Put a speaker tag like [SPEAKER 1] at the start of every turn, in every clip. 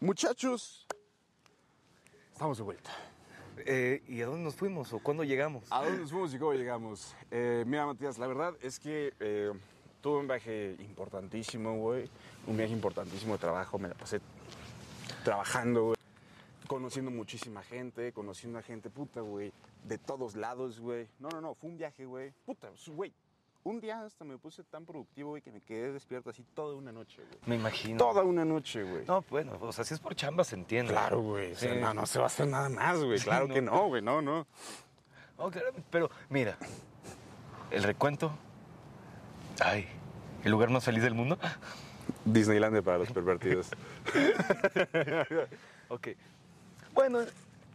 [SPEAKER 1] Muchachos, estamos de vuelta.
[SPEAKER 2] Eh, ¿Y a dónde nos fuimos o cuándo llegamos?
[SPEAKER 1] ¿A dónde nos fuimos y cómo llegamos? Eh, mira, Matías, la verdad es que eh, tuve un viaje importantísimo, güey. Un viaje importantísimo de trabajo. Me la pasé trabajando, güey. Conociendo muchísima gente, conociendo a gente, puta, güey. De todos lados, güey. No, no, no, fue un viaje, güey. Puta, pues, güey. Un día hasta me puse tan productivo, güey, que me quedé despierto así toda una noche, güey.
[SPEAKER 2] Me imagino.
[SPEAKER 1] Toda una noche, güey.
[SPEAKER 2] No, bueno, o sea, si es por chamba se entiende.
[SPEAKER 1] Claro, güey. O sea,
[SPEAKER 2] Sí.
[SPEAKER 1] no, no se va a hacer nada más, güey. Claro que no, güey. No, no.
[SPEAKER 2] No, claramente, pero mira, el recuento. Ay, el lugar más feliz del mundo.
[SPEAKER 1] Disneylandia para los pervertidos.
[SPEAKER 2] Ok. Bueno,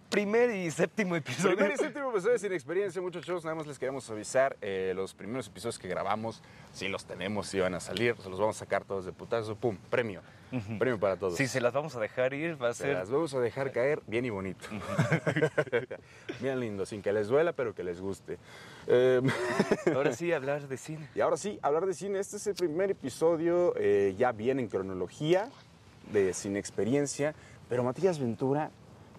[SPEAKER 2] primer y séptimo episodio.
[SPEAKER 1] Primer y séptimo episodio sin experiencia, muchachos. Nada más les queremos avisar. eh, los primeros episodios que grabamos, si los tenemos, si van a salir, pues los vamos a sacar todos de putazo. ¡Pum! Premio. Premio para todos.
[SPEAKER 2] Si se las vamos a dejar ir, va a
[SPEAKER 1] Se
[SPEAKER 2] ser.
[SPEAKER 1] las vamos a dejar caer bien y bonito. bien lindo, sin que les duela, pero que les guste. Eh,
[SPEAKER 2] Ahora sí, hablar de cine.
[SPEAKER 1] y ahora sí, hablar de cine. Este es el primer episodio, eh, ya bien en cronología, de sin experiencia. Pero Matías Ventura,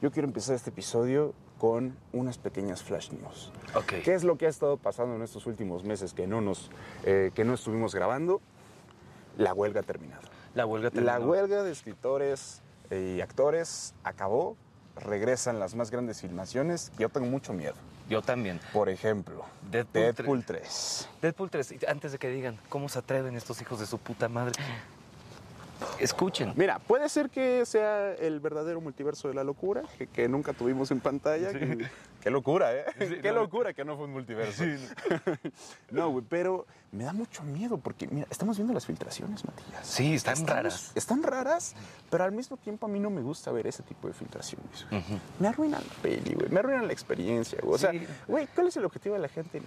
[SPEAKER 1] yo quiero empezar este episodio con unas pequeñas flash news.
[SPEAKER 2] Ok.
[SPEAKER 1] ¿Qué es lo que ha estado pasando en estos últimos meses que no, nos, eh, que no estuvimos grabando? La huelga ha terminado.
[SPEAKER 2] La huelga terminó.
[SPEAKER 1] La huelga de escritores eh, y actores acabó. Regresan las más grandes filmaciones. Yo tengo mucho miedo.
[SPEAKER 2] Yo también.
[SPEAKER 1] Por ejemplo,
[SPEAKER 2] Deadpool
[SPEAKER 1] Deadpool 3.
[SPEAKER 2] Deadpool 3, y antes de que digan, ¿cómo se atreven estos hijos de su puta madre? Escuchen.
[SPEAKER 1] Mira, puede ser que sea el verdadero multiverso de la locura que, que nunca tuvimos en pantalla. que- Qué locura, ¿eh?
[SPEAKER 2] Sí,
[SPEAKER 1] Qué
[SPEAKER 2] no.
[SPEAKER 1] locura que no fue un multiverso. no, güey, pero me da mucho miedo porque, mira, estamos viendo las filtraciones, Matías.
[SPEAKER 2] Sí, están
[SPEAKER 1] Estamos-
[SPEAKER 2] raras.
[SPEAKER 1] Están raras, pero al mismo tiempo a mí no me gusta ver ese tipo de filtraciones. güey.
[SPEAKER 2] Ujú.
[SPEAKER 1] Me arruinan la peli, güey. Me arruinan la experiencia, güey. O sea,
[SPEAKER 2] Sí.
[SPEAKER 1] güey, ¿cuál es el objetivo de la gente?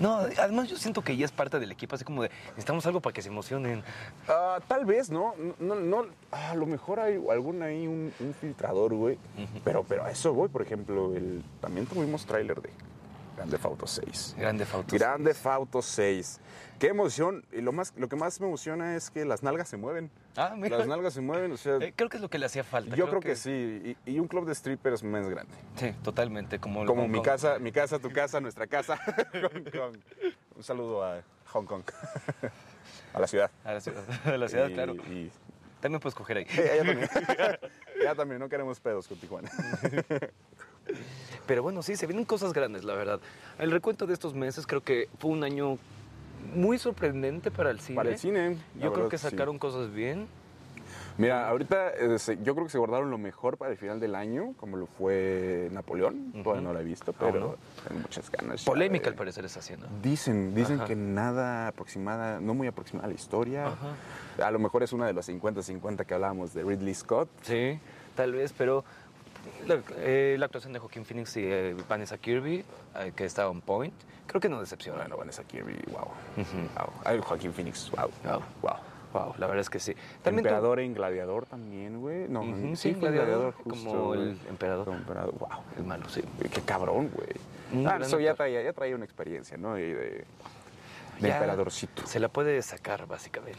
[SPEAKER 2] No, además yo siento que ya es parte del equipo, así como de, necesitamos algo para que se emocionen.
[SPEAKER 1] Ah, tal vez, ¿no? No, no, a lo mejor hay algún ahí, un, un filtrador, güey. Pero, pero a eso voy, por ejemplo, el, también tuvimos tráiler de Grande Auto 6.
[SPEAKER 2] Grande Fauto.
[SPEAKER 1] Grande Auto 6. Qué emoción. Y lo, más, lo que más me emociona es que las nalgas se mueven.
[SPEAKER 2] Ah, mira.
[SPEAKER 1] Las nalgas se mueven, o sea,
[SPEAKER 2] Eh, creo que es lo que le hacía falta.
[SPEAKER 1] yo creo, que, sí. Y, y un club de strippers más grande.
[SPEAKER 2] Sí, totalmente. Como,
[SPEAKER 1] Como
[SPEAKER 2] Hong
[SPEAKER 1] mi
[SPEAKER 2] Kong.
[SPEAKER 1] casa, mi casa, tu casa, nuestra casa. Hong Kong. Un saludo a Hong Kong. a la ciudad.
[SPEAKER 2] A la ciudad, a la ciudad,
[SPEAKER 1] Y-
[SPEAKER 2] claro.
[SPEAKER 1] y-
[SPEAKER 2] También puedes coger ahí.
[SPEAKER 1] Sí, allá también. Allá también, no queremos pedos con Tijuana.
[SPEAKER 2] Pero bueno, sí, se vienen cosas grandes, la verdad. El recuento de estos meses creo que fue un año muy sorprendente para el cine.
[SPEAKER 1] Para el cine. la
[SPEAKER 2] Yo creo
[SPEAKER 1] verdad,
[SPEAKER 2] que
[SPEAKER 1] sí.
[SPEAKER 2] sacaron cosas bien.
[SPEAKER 1] Mira, ahorita eh, se- yo creo que se guardaron lo mejor para el final del año, como lo fue Napoleón. Todavía no lo he visto, pero
[SPEAKER 2] no.
[SPEAKER 1] tengo muchas ganas. ya
[SPEAKER 2] Polémica al
[SPEAKER 1] de-
[SPEAKER 2] parecer está haciendo.
[SPEAKER 1] Dicen, dicen
[SPEAKER 2] Ajá.
[SPEAKER 1] que nada aproximada, no muy aproximada a la historia. A lo mejor es una de las 50-50 que hablábamos de Ridley Scott.
[SPEAKER 2] Sí, tal vez, pero la, eh, la actuación de Joaquín Phoenix y eh, Vanessa Kirby, eh, que está on point, creo que no decepciona.
[SPEAKER 1] Bueno, Vanessa Kirby, wow. wow. Ay, Joaquín Phoenix, wow.
[SPEAKER 2] Wow.
[SPEAKER 1] wow.
[SPEAKER 2] Wow, la verdad es que sí. También tu-
[SPEAKER 1] emperador en Gladiador también, güey. No,
[SPEAKER 2] Ujú,
[SPEAKER 1] sí,
[SPEAKER 2] sí,
[SPEAKER 1] fue Gladiador,
[SPEAKER 2] Gladiador,
[SPEAKER 1] justo,
[SPEAKER 2] como el
[SPEAKER 1] güey.
[SPEAKER 2] emperador.
[SPEAKER 1] Como emperador, wow.
[SPEAKER 2] el malo, sí.
[SPEAKER 1] Qué cabrón, güey.
[SPEAKER 2] Un
[SPEAKER 1] Ah,
[SPEAKER 2] gran
[SPEAKER 1] eso ya
[SPEAKER 2] actor.
[SPEAKER 1] traía, ya traía una experiencia, ¿no? Y de, de
[SPEAKER 2] Ya
[SPEAKER 1] emperadorcito.
[SPEAKER 2] Se la puede sacar, básicamente.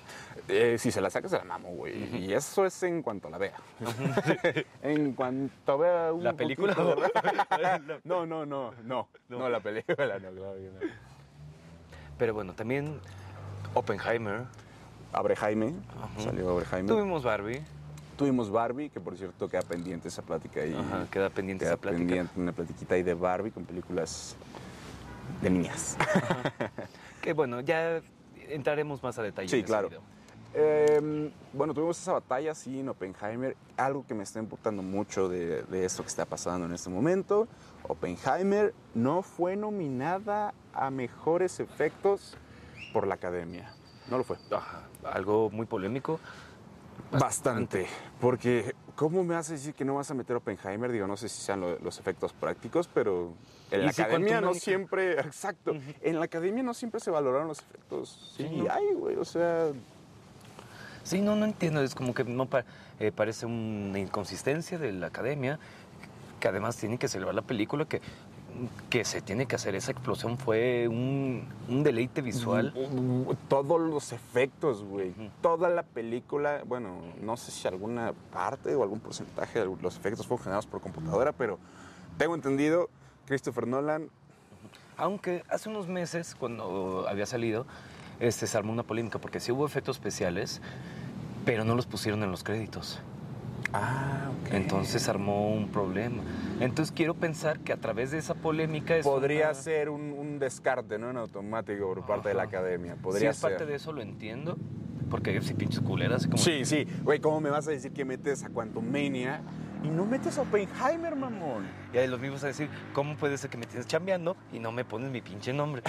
[SPEAKER 1] Eh, si se la saca, se la mamo, güey. Y eso es en cuanto la vea. en cuanto vea un
[SPEAKER 2] ¿La película?
[SPEAKER 1] poquito de- no, no, no, no. No, la película, no, claro que no.
[SPEAKER 2] Pero bueno, también Oppenheimer.
[SPEAKER 1] Abre Jaime, salió Abre Jaime.
[SPEAKER 2] Tuvimos Barbie.
[SPEAKER 1] Tuvimos Barbie, que por cierto queda pendiente esa plática ahí.
[SPEAKER 2] Ajá, queda pendiente
[SPEAKER 1] Queda
[SPEAKER 2] esa plática.
[SPEAKER 1] pendiente una platiquita ahí de Barbie con películas de niñas.
[SPEAKER 2] Que bueno, ya entraremos más a detalle. en
[SPEAKER 1] Sí,
[SPEAKER 2] ese
[SPEAKER 1] claro.
[SPEAKER 2] video.
[SPEAKER 1] Eh, bueno, tuvimos esa batalla así en Oppenheimer. Algo que me está importando mucho de, de esto que está pasando en este momento. Oppenheimer no fue nominada a mejores efectos por la academia. No lo fue.
[SPEAKER 2] Ajá, algo muy polémico.
[SPEAKER 1] Bastante. Porque, ¿cómo me hace decir que no vas a meter Oppenheimer? Digo, no sé si sean lo- los efectos prácticos, pero en
[SPEAKER 2] Y
[SPEAKER 1] la
[SPEAKER 2] si
[SPEAKER 1] academia no
[SPEAKER 2] cuantum-
[SPEAKER 1] siempre. Exacto. En la academia no siempre se valoraron los efectos. Sí,
[SPEAKER 2] Sí, ¿no?
[SPEAKER 1] ay, güey. O sea,
[SPEAKER 2] Sí, no, no entiendo. Es como que no pa- eh, parece una inconsistencia de la academia, que además tiene que celebrar la película, que que se tiene que hacer. Esa explosión fue un, un deleite visual.
[SPEAKER 1] Mm, mm, Todos los efectos, güey. Toda la película, bueno, no sé si alguna parte o algún porcentaje de los efectos fueron generados por computadora, pero tengo entendido, Christopher Nolan,
[SPEAKER 2] Aunque hace unos meses, cuando había salido, este, se armó una polémica porque sí hubo efectos especiales, pero no los pusieron en los créditos.
[SPEAKER 1] ah, ok.
[SPEAKER 2] Entonces se armó un problema. Entonces quiero pensar que a través de esa polémica es ah.
[SPEAKER 1] podría
[SPEAKER 2] una-
[SPEAKER 1] ser un, un descarte, ¿no? En automático por parte de la
[SPEAKER 2] Ajá.
[SPEAKER 1] academia. Podría
[SPEAKER 2] si es parte
[SPEAKER 1] ser.
[SPEAKER 2] de eso lo entiendo, porque si pinches culeras, así como
[SPEAKER 1] Sí, sí. Güey, ¿cómo me vas a decir que metes a Quantumania y no metes a Oppenheimer, mamón?
[SPEAKER 2] Y ahí los mismos a decir, ¿cómo puede ser que me tienes chambeando y no me pones mi pinche nombre?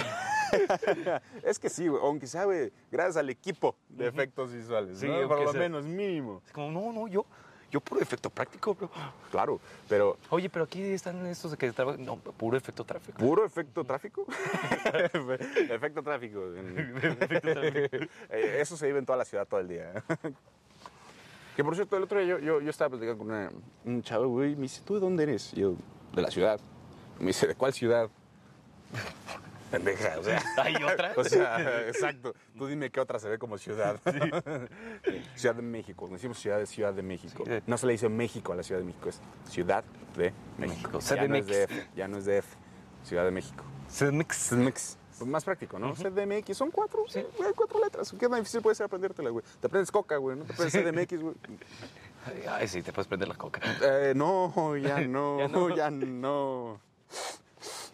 [SPEAKER 1] Es que sí, güey. Aunque sea, güey, gracias al equipo de efectos visuales.
[SPEAKER 2] Sí,
[SPEAKER 1] ¿no?
[SPEAKER 2] aunque
[SPEAKER 1] Por lo
[SPEAKER 2] sea.
[SPEAKER 1] menos, mínimo.
[SPEAKER 2] Es como, no, no, yo, yo puro efecto práctico, bro.
[SPEAKER 1] Claro, pero
[SPEAKER 2] Oye, pero aquí están estos que trabajan. No, puro efecto tráfico.
[SPEAKER 1] puro efecto tráfico. efecto tráfico. Eh, Eso se vive en toda la ciudad todo el día. ¿eh? Que por cierto, el otro día yo, yo, yo estaba platicando con una- un chavo, güey, y me dice, ¿tú de dónde eres? Y yo, de la ciudad. Me dice, ¿de cuál ciudad? Pendeja, o sea.
[SPEAKER 2] ¿Hay otra?
[SPEAKER 1] O sea, exacto. Tú dime qué otra se ve como ciudad. Ciudad de México. Decimos ciudad de Ciudad de México.
[SPEAKER 2] Sí.
[SPEAKER 1] No se le dice México a la Ciudad de México, es Ciudad de México.
[SPEAKER 2] México,
[SPEAKER 1] Ya no es
[SPEAKER 2] CDMX.
[SPEAKER 1] DF, ya no es DF. Ciudad de México.
[SPEAKER 2] CDMX.
[SPEAKER 1] CDMX. Pues más práctico, ¿no? CDMX, son cuatro,
[SPEAKER 2] Sí.
[SPEAKER 1] güey, cuatro letras. ¿Qué tan difícil puede ser aprendértela, güey? Te aprendes coca, güey, no te aprendes CDMX, güey.
[SPEAKER 2] Ay, sí, te puedes prender la coca.
[SPEAKER 1] Eh, no, ya no, ya no,
[SPEAKER 2] Ya no.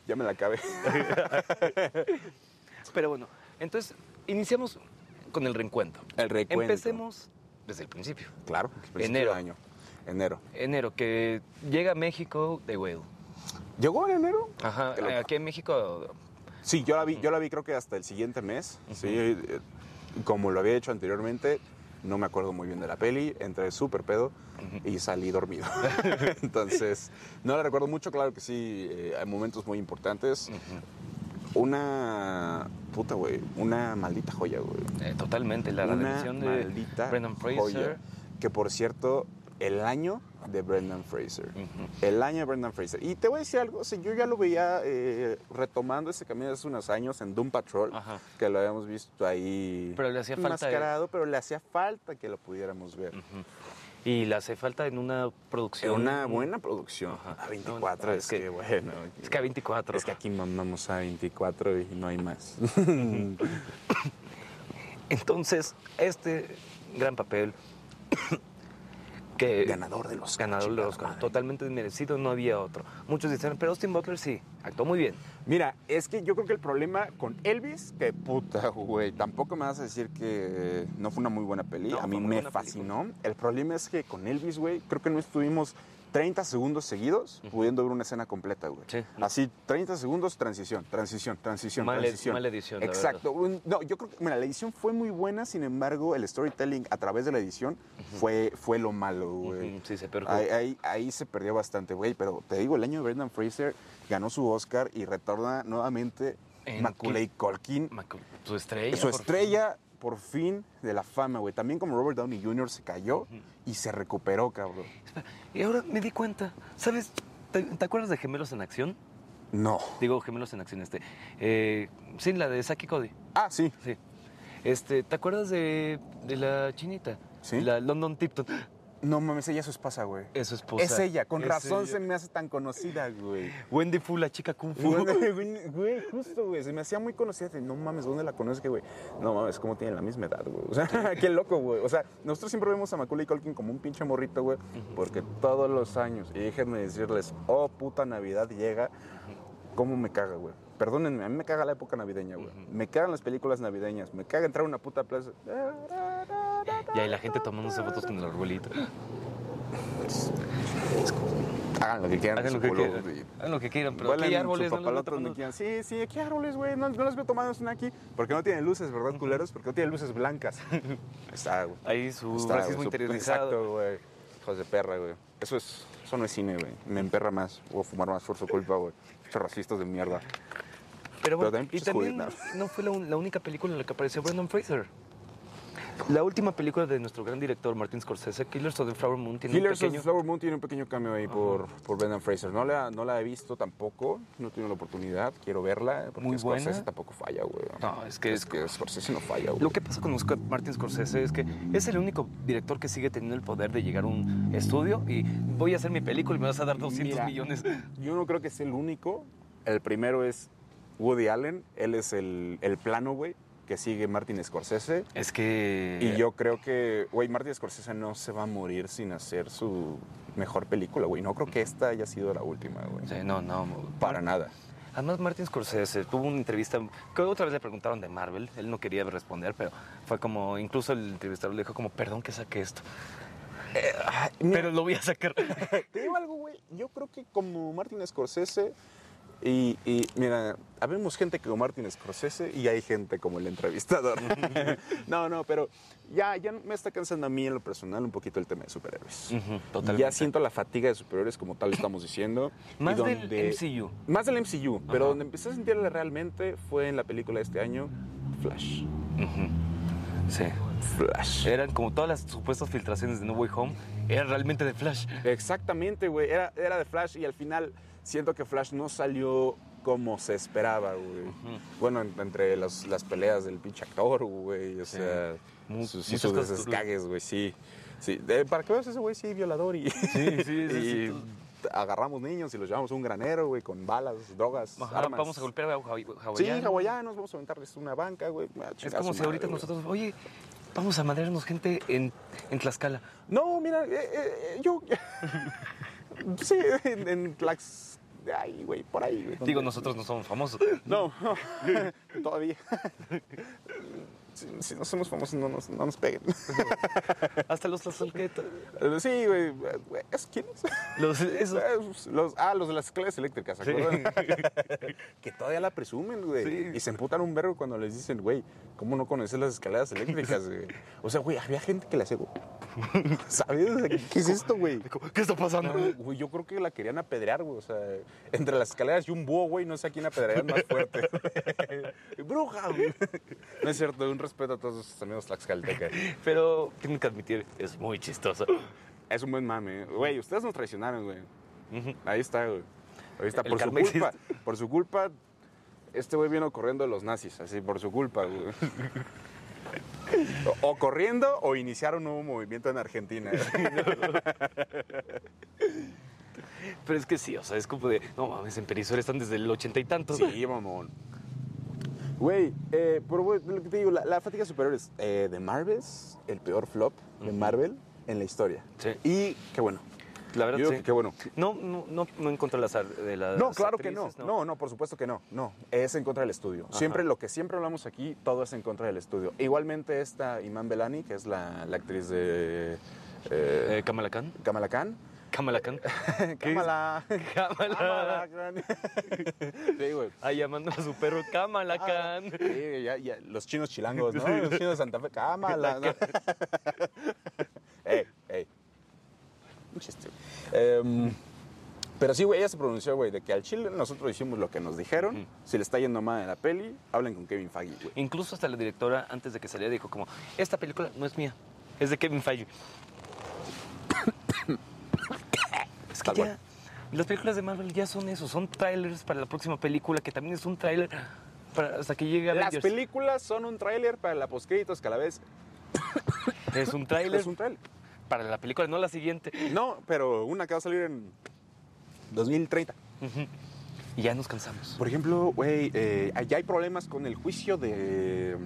[SPEAKER 1] ya me la acabé.
[SPEAKER 2] Pero bueno, entonces, iniciamos con el reencuentro.
[SPEAKER 1] El recuento.
[SPEAKER 2] Empecemos desde el principio.
[SPEAKER 1] Claro, principio
[SPEAKER 2] Enero.
[SPEAKER 1] de año. Enero.
[SPEAKER 2] Enero, que llega a México de Whale.
[SPEAKER 1] ¿Llegó en enero?
[SPEAKER 2] Ajá,
[SPEAKER 1] Qué loco.
[SPEAKER 2] aquí en México.
[SPEAKER 1] Sí, yo la vi, yo la vi creo que hasta el siguiente mes. Sí, eh, como lo había hecho anteriormente, no me acuerdo muy bien de la peli, entré súper pedo y salí dormido. Entonces, no la recuerdo mucho, claro que sí, eh, hay momentos muy importantes. Una puta, güey, una maldita joya, güey.
[SPEAKER 2] eh, totalmente, la
[SPEAKER 1] una
[SPEAKER 2] redención de
[SPEAKER 1] maldita
[SPEAKER 2] Brendan Fraser.
[SPEAKER 1] joya. Que por cierto, el año de Brendan Fraser.
[SPEAKER 2] Ujú.
[SPEAKER 1] El año de Brendan Fraser. Y te voy a decir algo, o sea, yo ya lo veía eh, retomando ese camino hace unos años en Doom Patrol,
[SPEAKER 2] Ajá.
[SPEAKER 1] que lo habíamos visto ahí
[SPEAKER 2] Pero le hacía falta
[SPEAKER 1] mascarado, pero le hacía falta que lo pudiéramos ver.
[SPEAKER 2] Y le hace falta en una
[SPEAKER 1] Era
[SPEAKER 2] producción.
[SPEAKER 1] una buena producción.
[SPEAKER 2] Ajá.
[SPEAKER 1] A 24,
[SPEAKER 2] No, no,
[SPEAKER 1] es,
[SPEAKER 2] es
[SPEAKER 1] que,
[SPEAKER 2] que-
[SPEAKER 1] bueno.
[SPEAKER 2] Es que a 24.
[SPEAKER 1] es que aquí mamamos a 24 y no hay más.
[SPEAKER 2] Entonces, este gran papel. que
[SPEAKER 1] Ganador de los
[SPEAKER 2] Ganador de los Totalmente merecido, no había otro. Muchos dicen, pero Austin Butler sí, actuó muy bien.
[SPEAKER 1] Mira, es que yo creo que el problema con Elvis, que puta, güey, tampoco me vas a decir que no fue una muy buena peli.
[SPEAKER 2] No,
[SPEAKER 1] a
[SPEAKER 2] fue
[SPEAKER 1] mí
[SPEAKER 2] muy
[SPEAKER 1] me
[SPEAKER 2] buena
[SPEAKER 1] fascinó. El problema es que con Elvis, güey, creo que no estuvimos 30 segundos seguidos pudiendo ver una escena completa, güey.
[SPEAKER 2] Sí.
[SPEAKER 1] Así, 30 segundos, transición, transición, transición,
[SPEAKER 2] Mala-
[SPEAKER 1] transición.
[SPEAKER 2] mala edición, la
[SPEAKER 1] Exacto. Un- No, yo creo que, mira, la edición fue muy buena, sin embargo, el storytelling a través de la edición fue, fue lo malo, güey.
[SPEAKER 2] Ujú, Mm, Sí, se perjudicó.
[SPEAKER 1] Ahí, ahí- ahí se perdió bastante, güey. Pero te digo, el año de Brendan Fraser ganó su Oscar y retorna nuevamente
[SPEAKER 2] En
[SPEAKER 1] Macaulay Culkin.
[SPEAKER 2] Macu- Su estrella.
[SPEAKER 1] su
[SPEAKER 2] por
[SPEAKER 1] estrella, por fin, de la fama, güey. También como Robert Downey Jr. se cayó y se recuperó, cabrón.
[SPEAKER 2] fin. Y ahora me di cuenta, ¿sabes? ¿Te, te acuerdas de Gemelos en Acción?
[SPEAKER 1] No.
[SPEAKER 2] Digo, Gemelos en Acción, este. Eh, sí, la de Saki Cody.
[SPEAKER 1] Ah, sí.
[SPEAKER 2] Sí. Este, ¿te acuerdas de, de la chinita?
[SPEAKER 1] Sí.
[SPEAKER 2] La London Tipton.
[SPEAKER 1] No mames, ella es su esposa, güey.
[SPEAKER 2] Es su esposa.
[SPEAKER 1] Es ella, con
[SPEAKER 2] Es
[SPEAKER 1] razón
[SPEAKER 2] ella.
[SPEAKER 1] se me hace tan conocida, güey.
[SPEAKER 2] Wendy Fu, la chica Kung Fu.
[SPEAKER 1] Güey, güey, justo, güey. Se me hacía muy conocida. de, No mames, ¿dónde la conoces, güey? No mames, ¿cómo tienen la misma edad, güey? O sea, qué loco, güey. O sea, nosotros siempre vemos a Macaulay Culkin como un pinche morrito, güey. Porque todos los años, y déjenme decirles, oh, puta Navidad llega, ¿cómo me caga, güey? Perdónenme, a mí me caga la época navideña, güey. Me cagan las películas navideñas. Me caga entrar a una puta plaza.
[SPEAKER 2] Y ahí la gente tomándose fotos con el arbolito.
[SPEAKER 1] Hagan lo que quieran.
[SPEAKER 2] Hagan
[SPEAKER 1] su
[SPEAKER 2] lo que
[SPEAKER 1] culo,
[SPEAKER 2] quieran.
[SPEAKER 1] güey.
[SPEAKER 2] Hagan lo que quieran, pero
[SPEAKER 1] Vuelan
[SPEAKER 2] aquí hay
[SPEAKER 1] su
[SPEAKER 2] árboles. no los
[SPEAKER 1] papalote
[SPEAKER 2] van
[SPEAKER 1] donde
[SPEAKER 2] tomando.
[SPEAKER 1] quieran. Sí, sí, aquí hay árboles, güey. No, no los veo tomando una aquí. Porque no tienen luces, ¿verdad, culeros? Porque no tienen luces blancas. Ahí Está, güey.
[SPEAKER 2] Ahí su
[SPEAKER 1] Está,
[SPEAKER 2] racismo
[SPEAKER 1] güey, su-
[SPEAKER 2] interiorizado.
[SPEAKER 1] Exacto, güey. Hijos de perra, güey. Eso, es, eso no es cine, güey. Me emperra más. O fumar más por su culpa, güey. Muchos racistas de mierda.
[SPEAKER 2] Pero bueno,
[SPEAKER 1] también
[SPEAKER 2] y
[SPEAKER 1] pinches
[SPEAKER 2] también
[SPEAKER 1] judíos,
[SPEAKER 2] no fue la, un- la única película en la que apareció Brendan Fraser. La última película de nuestro gran director, Martin Scorsese, Killers of the Flower Moon, tiene
[SPEAKER 1] Killers
[SPEAKER 2] un pequeño...
[SPEAKER 1] of the Flower Moon tiene un pequeño cambio ahí por, por Brendan Fraser. No la, no la he visto tampoco, no he tenido la oportunidad, quiero verla. Porque
[SPEAKER 2] Muy
[SPEAKER 1] Scorsese
[SPEAKER 2] buena.
[SPEAKER 1] tampoco falla, güey.
[SPEAKER 2] No, es que
[SPEAKER 1] es que Scorsese no falla, güey.
[SPEAKER 2] Lo que pasa con Scott Martin Scorsese es que es el único director que sigue teniendo el poder de llegar a un estudio y voy a hacer mi película y me vas a dar 200
[SPEAKER 1] Mira.
[SPEAKER 2] millones.
[SPEAKER 1] Yo no creo que sea el único. El primero es Woody Allen. Él es el, el plano, güey, que sigue Martin Scorsese.
[SPEAKER 2] Es que...
[SPEAKER 1] Y yo creo que, güey, Martin Scorsese no se va a morir sin hacer su mejor película, güey. No creo que esta haya sido la última, güey.
[SPEAKER 2] Sí, no, no.
[SPEAKER 1] Para nada.
[SPEAKER 2] Además, Martin Scorsese tuvo una entrevista que otra vez le preguntaron de Marvel. Él no quería responder, pero fue como... Incluso el entrevistador le dijo como, perdón que saqué esto. Pero lo voy a sacar.
[SPEAKER 1] Te digo algo, güey. Yo creo que como Martin Scorsese. Y, y, mira, habemos gente como Martin Scorsese y hay gente como el entrevistador. no, no, pero ya, ya me está cansando a mí en lo personal un poquito el tema de superhéroes.
[SPEAKER 2] Ujú, totalmente.
[SPEAKER 1] Ya siento la fatiga de superhéroes, como tal estamos diciendo. y
[SPEAKER 2] Más del
[SPEAKER 1] donde-
[SPEAKER 2] MCU.
[SPEAKER 1] Más del MCU, pero
[SPEAKER 2] Ajá.
[SPEAKER 1] donde empecé a sentirla realmente fue en la película de este año, Flash.
[SPEAKER 2] Ujú. Sí.
[SPEAKER 1] Flash.
[SPEAKER 2] Eran como todas las supuestas filtraciones de No Way Home. Eran realmente de Flash.
[SPEAKER 1] Exactamente, güey. Era, era de Flash y al final siento que Flash no salió como se esperaba, güey. Bueno, en- entre las, las peleas del pinche actor, güey. O
[SPEAKER 2] Sí.
[SPEAKER 1] sea,
[SPEAKER 2] Mu-
[SPEAKER 1] sus,
[SPEAKER 2] muchas
[SPEAKER 1] sus
[SPEAKER 2] cosas
[SPEAKER 1] descagues, güey, sí. sí. Eh, Para que veas ese güey, sí, violador y.
[SPEAKER 2] Sí, sí, sí,
[SPEAKER 1] y
[SPEAKER 2] sí, tú-
[SPEAKER 1] agarramos niños y los llevamos a un granero, güey, con balas, drogas.
[SPEAKER 2] Ajá,
[SPEAKER 1] armas.
[SPEAKER 2] Vamos a golpear a Hawaii.
[SPEAKER 1] Sí, hawaianos, vamos a aventarles una banca, güey. Ah,
[SPEAKER 2] Es
[SPEAKER 1] chingar a
[SPEAKER 2] como
[SPEAKER 1] su
[SPEAKER 2] si ahorita
[SPEAKER 1] madre, güey.
[SPEAKER 2] nosotros, oye, vamos a madrearnos gente en, en Tlaxcala.
[SPEAKER 1] No, mira, eh, eh, eh, yo. sí, en, en Tlax- Ay, güey, por ahí, güey.
[SPEAKER 2] Digo, nosotros no somos famosos.
[SPEAKER 1] No, no, todavía. si, si no somos famosos, no nos, no nos peguen.
[SPEAKER 2] Hasta los tlaxcalquetas.
[SPEAKER 1] sí, güey. güey, ¿es- ¿Quién es?
[SPEAKER 2] Los, esos-
[SPEAKER 1] Eh, Los, ah, los de las escaleras eléctricas, ¿se
[SPEAKER 2] Sí.
[SPEAKER 1] acuerdan? que todavía la presumen, güey.
[SPEAKER 2] Sí.
[SPEAKER 1] Y se emputan un vergo cuando les dicen, güey, ¿cómo no conoces las escaleras eléctricas, güey? O sea, güey, había gente que le hacía, güey, ¿sabes? O sea, ¿Qué qué es esto, güey?
[SPEAKER 2] ¿Qué está pasando?
[SPEAKER 1] No, güey, yo creo que la querían apedrear, güey. O sea, entre las escaleras y un búho, güey, no sé a quién apedrear más fuerte. Bruja, güey. No es cierto, un respeto a todos nuestros amigos tlaxcaltecas.
[SPEAKER 2] Pero tienen que admitir, es muy chistoso.
[SPEAKER 1] Es un buen mame, ¿eh? güey. Ustedes nos traicionaron, güey.
[SPEAKER 2] Ujú.
[SPEAKER 1] Ahí está, güey. Ahí está,
[SPEAKER 2] El
[SPEAKER 1] por su
[SPEAKER 2] karma
[SPEAKER 1] culpa. Por su culpa, este güey vino corriendo de los nazis, así, por su culpa, güey. O, o corriendo o iniciar un nuevo movimiento en Argentina. ¿eh?
[SPEAKER 2] Pero es que sí, o sea, es como de, no mames, en Perisur están desde el ochenta y tantos.
[SPEAKER 1] Sí, mamón. Güey, eh, pero güey, lo que te digo, la, la fatiga superior es eh, de Marvel, el peor flop de Marvel en la historia.
[SPEAKER 2] Sí.
[SPEAKER 1] Y qué bueno.
[SPEAKER 2] La verdad,
[SPEAKER 1] Yo
[SPEAKER 2] sí.
[SPEAKER 1] que qué bueno.
[SPEAKER 2] No, no, no, no en contra de las, ar- de las
[SPEAKER 1] No, claro que no.
[SPEAKER 2] actrices,
[SPEAKER 1] no. No, por supuesto que no. No, es en contra del estudio.
[SPEAKER 2] Ajá.
[SPEAKER 1] Siempre lo que siempre hablamos aquí, todo es en contra del estudio. Igualmente esta Iman Belani, que es la, la actriz de eh,
[SPEAKER 2] Eh, Kamala Khan.
[SPEAKER 1] Kamala Khan.
[SPEAKER 2] Kamala Khan.
[SPEAKER 1] Kamala.
[SPEAKER 2] Kamala.
[SPEAKER 1] Kamala Khan. sí, güey.
[SPEAKER 2] Ahí llamando a su perro Kamala
[SPEAKER 1] Ah,
[SPEAKER 2] Khan.
[SPEAKER 1] sí, ya- ya, los chinos chilangos, ¿no? Los chinos de Santa Fe. Cámala. ¿no? ey, ey. Un chiste. Em, pero sí, güey, ella se pronunció, güey, de que al chile nosotros hicimos lo que nos dijeron. Si le está yendo mal en la peli, hablen con Kevin Feige, güey.
[SPEAKER 2] Incluso hasta la directora, antes de que saliera, dijo como, esta película no es mía, es de Kevin Feige. es que
[SPEAKER 1] Tal
[SPEAKER 2] ya,
[SPEAKER 1] cual.
[SPEAKER 2] las películas de Marvel ya son eso, son trailers para la próxima película, que también es un trailer para, hasta que llegue
[SPEAKER 1] Las
[SPEAKER 2] Avengers.
[SPEAKER 1] películas son un tráiler para la postcréditos que a la vez
[SPEAKER 2] Es un trailer
[SPEAKER 1] es un tráiler.
[SPEAKER 2] para la película, no la siguiente.
[SPEAKER 1] No, pero una que va a salir en 2030.
[SPEAKER 2] Y ya nos cansamos.
[SPEAKER 1] Por ejemplo, güey, eh, ya hay problemas con el juicio de...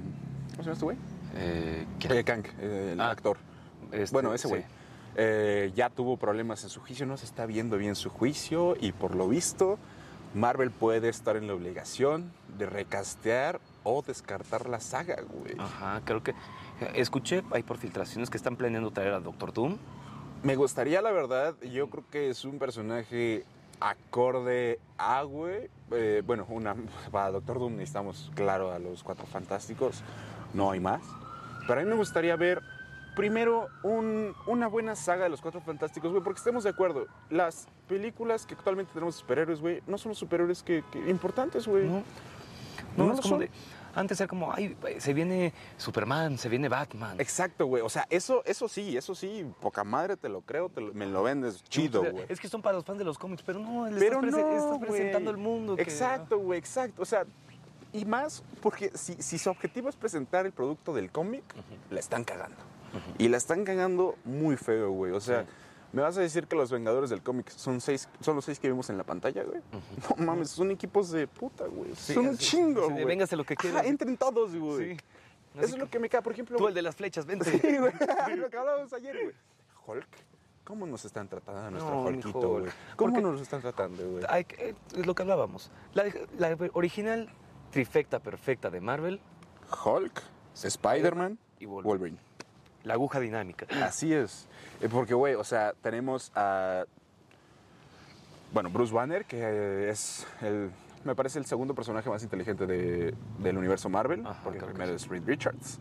[SPEAKER 1] ¿Cómo se llama este güey?
[SPEAKER 2] Eh, ¿qué?
[SPEAKER 1] Eh, Kang, eh, el
[SPEAKER 2] Ah,
[SPEAKER 1] actor.
[SPEAKER 2] este,
[SPEAKER 1] bueno, ese güey.
[SPEAKER 2] sí.
[SPEAKER 1] Eh, ya tuvo problemas en su juicio, no se está viendo bien su juicio y por lo visto Marvel puede estar en la obligación de recastear o descartar la saga, güey.
[SPEAKER 2] Ajá, creo que... eh, Escuché, hay por filtraciones que están planeando traer a Doctor Doom.
[SPEAKER 1] Me gustaría, la verdad, yo creo que es un personaje acorde a, güey. eh, bueno, una, para Doctor Doom necesitamos, claro, a los cuatro fantásticos. No hay más. Pero a mí me gustaría ver, primero, un- una buena saga de los cuatro fantásticos, güey. Porque estemos de acuerdo, las películas que actualmente tenemos de superhéroes, güey, no son los superhéroes que, que- importantes, güey.
[SPEAKER 2] No,
[SPEAKER 1] No
[SPEAKER 2] no,
[SPEAKER 1] lo
[SPEAKER 2] es como
[SPEAKER 1] son.
[SPEAKER 2] de, Antes era como, ay, se viene Superman, se viene Batman.
[SPEAKER 1] Exacto, güey. O sea, eso, eso sí, eso sí, poca madre te lo creo, te lo- me lo vendes chido, güey.
[SPEAKER 2] pues, Es que son para los fans de los cómics, pero no, le
[SPEAKER 1] Pero
[SPEAKER 2] estás, prese-
[SPEAKER 1] no,
[SPEAKER 2] estás
[SPEAKER 1] güey.
[SPEAKER 2] presentando el mundo. que-
[SPEAKER 1] Exacto, güey, exacto. O sea, y más porque si, si su objetivo es presentar el producto del cómic, la están cagando. Y la están cagando muy feo, güey. O sea,
[SPEAKER 2] Sí.
[SPEAKER 1] ¿me vas a decir que los Vengadores del cómic son seis, son los seis que vimos en la pantalla, güey? No mames, son equipos de puta, güey.
[SPEAKER 2] Sí,
[SPEAKER 1] son un
[SPEAKER 2] así-
[SPEAKER 1] chingo,
[SPEAKER 2] así de,
[SPEAKER 1] güey.
[SPEAKER 2] "Véngase lo que
[SPEAKER 1] Ajá,
[SPEAKER 2] quieras".
[SPEAKER 1] entren todos, güey.
[SPEAKER 2] Sí. Así
[SPEAKER 1] Eso es lo que me cae, por ejemplo.
[SPEAKER 2] Tú, el de las flechas, vente.
[SPEAKER 1] Sí, güey, lo que hablábamos ayer, güey. Hulk. ¿Cómo nos están tratando a nuestro
[SPEAKER 2] No, mi
[SPEAKER 1] Hulkito,
[SPEAKER 2] Hulk.
[SPEAKER 1] güey? ¿Cómo
[SPEAKER 2] Porque-
[SPEAKER 1] nos están tratando, güey?
[SPEAKER 2] Hay que- eh, es lo que hablábamos. La, la original trifecta perfecta de Marvel,
[SPEAKER 1] Hulk, Spider-Man
[SPEAKER 2] Y
[SPEAKER 1] y
[SPEAKER 2] Wolverine.
[SPEAKER 1] Wolverine.
[SPEAKER 2] la aguja dinámica.
[SPEAKER 1] Así es. Eh, Porque, güey, o sea, tenemos a. Bueno, Bruce Banner, que es el. Me parece el segundo personaje más inteligente de- del universo Marvel,
[SPEAKER 2] Ajá,
[SPEAKER 1] porque el
[SPEAKER 2] creo que
[SPEAKER 1] primero es Reed Richards.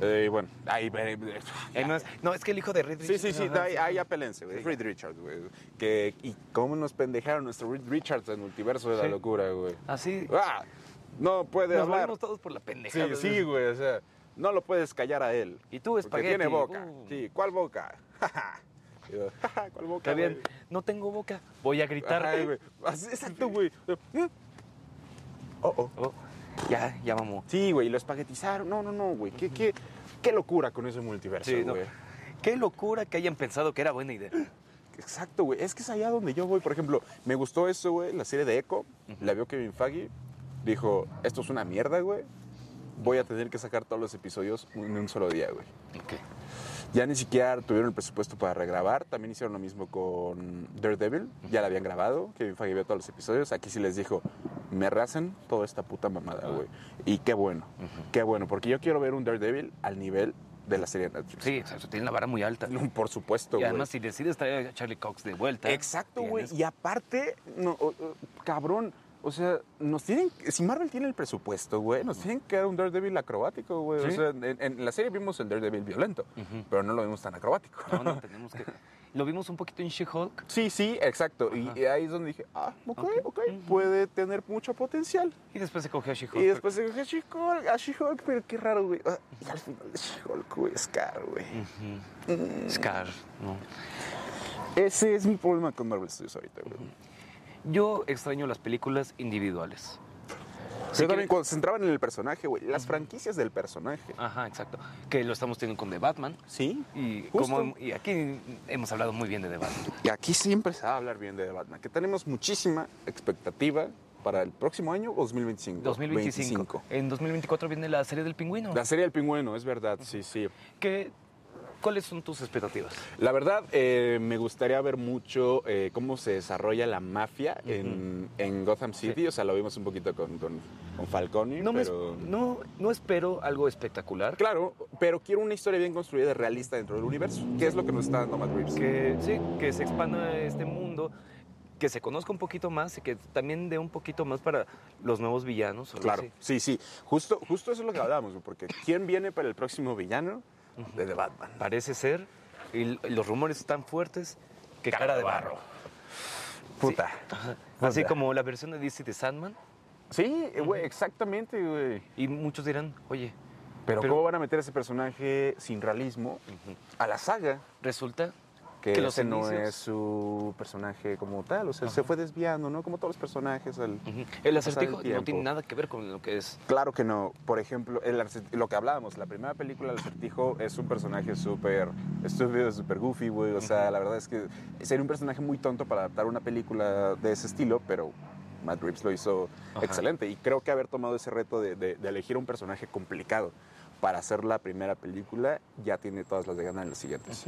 [SPEAKER 1] Eh, y bueno, ahí. eh, eh,
[SPEAKER 2] Y además- no, es que el hijo de Reed
[SPEAKER 1] Sí, sí,
[SPEAKER 2] Richards-
[SPEAKER 1] sí,
[SPEAKER 2] ajá,
[SPEAKER 1] ahí, ahí apelense, güey.
[SPEAKER 2] Sí.
[SPEAKER 1] Reed Richards, güey. Que, y cómo nos pendejaron nuestro Reed Richards en Multiverso de la
[SPEAKER 2] Sí.
[SPEAKER 1] Locura, güey.
[SPEAKER 2] Así
[SPEAKER 1] Ah, no puede
[SPEAKER 2] nos
[SPEAKER 1] hablar.
[SPEAKER 2] volvemos todos por la
[SPEAKER 1] Sí,
[SPEAKER 2] pendeja.
[SPEAKER 1] sí, güey, o sea, no lo puedes callar a él.
[SPEAKER 2] Y tú,
[SPEAKER 1] Porque
[SPEAKER 2] espagueti,
[SPEAKER 1] tiene boca.
[SPEAKER 2] uh.
[SPEAKER 1] Sí, ¿cuál boca? Y yo, "Jaja, ¿Cuál boca?
[SPEAKER 2] Está bien,
[SPEAKER 1] güey?"
[SPEAKER 2] no tengo boca, voy a gritar.
[SPEAKER 1] Ajá, güey. Así, exacto, güey. Mm. Oh, oh.
[SPEAKER 2] Oh, ya, ya mamó.
[SPEAKER 1] Sí, güey, y lo espaguetizaron. No, no, no, güey. ¿Qué, qué, qué locura con ese multiverso,
[SPEAKER 2] Sí, no.
[SPEAKER 1] güey.
[SPEAKER 2] Qué locura que hayan pensado que era buena idea.
[SPEAKER 1] Exacto, güey. Es que es allá donde yo voy. Por ejemplo, me gustó eso, güey. La serie de Echo. La vio Kevin Feige. Dijo, esto es una mierda, güey. Voy a tener que sacar todos los episodios en un solo día, güey. Ya ni siquiera tuvieron el presupuesto para regrabar. También hicieron lo mismo con Daredevil. Ya la habían grabado. Kevin Feige vio todos los episodios. Aquí sí les dijo, me racen toda esta puta mamada, güey. Y qué bueno. Qué bueno. Porque yo quiero ver un Daredevil al nivel de la serie de Netflix.
[SPEAKER 2] Sí, o sea, tiene la vara muy alta.
[SPEAKER 1] Por supuesto,
[SPEAKER 2] Y
[SPEAKER 1] güey.
[SPEAKER 2] además, si decides traer a Charlie Cox de vuelta.
[SPEAKER 1] Exacto, güey.
[SPEAKER 2] tienes-
[SPEAKER 1] Y aparte, no, o- o- cabrón, o sea, nos tienen, si Marvel tiene el presupuesto, güey, nos tienen que dar un Daredevil acrobático, güey. O
[SPEAKER 2] Sí.
[SPEAKER 1] sea, en, en la serie vimos el Daredevil violento, pero no lo vimos tan acrobático.
[SPEAKER 2] No, no, tenemos que. Lo vimos un poquito en She-Hulk.
[SPEAKER 1] Sí, sí, exacto. Y, y ahí es donde dije, ah, ok, ok, puede tener mucho potencial.
[SPEAKER 2] Y después se cogió a She-Hulk.
[SPEAKER 1] Y después dije, She-Hulk, a She-Hulk, pero qué raro, güey. Ah, Y al final, She-Hulk, güey, Scar, güey.
[SPEAKER 2] Ujú. Scar, ¿no?
[SPEAKER 1] Ese es mi problema con Marvel Studios ahorita, güey.
[SPEAKER 2] Yo extraño las películas individuales.
[SPEAKER 1] Yo
[SPEAKER 2] Sí, que-
[SPEAKER 1] también cuando se centraban en el personaje, güey, las franquicias del personaje.
[SPEAKER 2] Ajá, exacto. Que lo estamos teniendo con The Batman.
[SPEAKER 1] Sí,
[SPEAKER 2] Y,
[SPEAKER 1] Justo.
[SPEAKER 2] como, y aquí hemos hablado muy bien de The Batman.
[SPEAKER 1] Y aquí siempre se va a hablar bien de Batman, que tenemos muchísima expectativa para el próximo año 2025.
[SPEAKER 2] 2025.
[SPEAKER 1] 25.
[SPEAKER 2] En 2024 viene la serie del pingüino.
[SPEAKER 1] La serie del pingüino, es verdad, sí, sí.
[SPEAKER 2] ¿Qué- ¿Cuáles son tus expectativas?
[SPEAKER 1] La verdad, eh, me gustaría ver mucho eh, cómo se desarrolla la mafia en, en Gotham City. O sea, lo vimos un poquito con, con, con Falcone,
[SPEAKER 2] No, me es-
[SPEAKER 1] pero...
[SPEAKER 2] no, no espero algo espectacular.
[SPEAKER 1] Claro, pero quiero una historia bien construida, y realista dentro del universo, que es lo que nos está dando Matt Reeves.
[SPEAKER 2] Que sí, que se expanda este mundo, que se conozca un poquito más y que también dé un poquito más para los nuevos villanos. o algo
[SPEAKER 1] Claro,
[SPEAKER 2] así.
[SPEAKER 1] sí, sí. Justo, justo eso es lo que hablábamos, güey, porque ¿quién viene para el próximo villano? De The Batman.
[SPEAKER 2] Parece ser, y l- los rumores están fuertes, que cara, de barro.
[SPEAKER 1] Puta.
[SPEAKER 2] Así
[SPEAKER 1] Puta.
[SPEAKER 2] como la versión de DC de Sandman.
[SPEAKER 1] Sí, güey, exactamente, güey.
[SPEAKER 2] Y muchos dirán, oye,
[SPEAKER 1] Pero,
[SPEAKER 2] Pero-
[SPEAKER 1] ¿cómo van a meter a ese personaje sin realismo a la saga?
[SPEAKER 2] resulta
[SPEAKER 1] Que,
[SPEAKER 2] Que los
[SPEAKER 1] ese no
[SPEAKER 2] inicios-
[SPEAKER 1] es su personaje como tal. O sea, se fue desviando, ¿no? Como todos los personajes. al
[SPEAKER 2] ujú,
[SPEAKER 1] pasar
[SPEAKER 2] el acertijo no
[SPEAKER 1] tiempo.
[SPEAKER 2] tiene nada que ver con lo que es.
[SPEAKER 1] Claro que no. Por ejemplo, el arce- lo que hablábamos, la primera película, El Acertijo, es un personaje súper estúpido, súper goofy, güey. O sea, la verdad es que sería un personaje muy tonto para adaptar una película de ese estilo, pero Matt Reeves lo hizo
[SPEAKER 2] Ajá.
[SPEAKER 1] excelente. Y creo que haber tomado ese reto de, de- de elegir un personaje complicado para hacer la primera película, ya tiene todas las de ganar en las siguientes.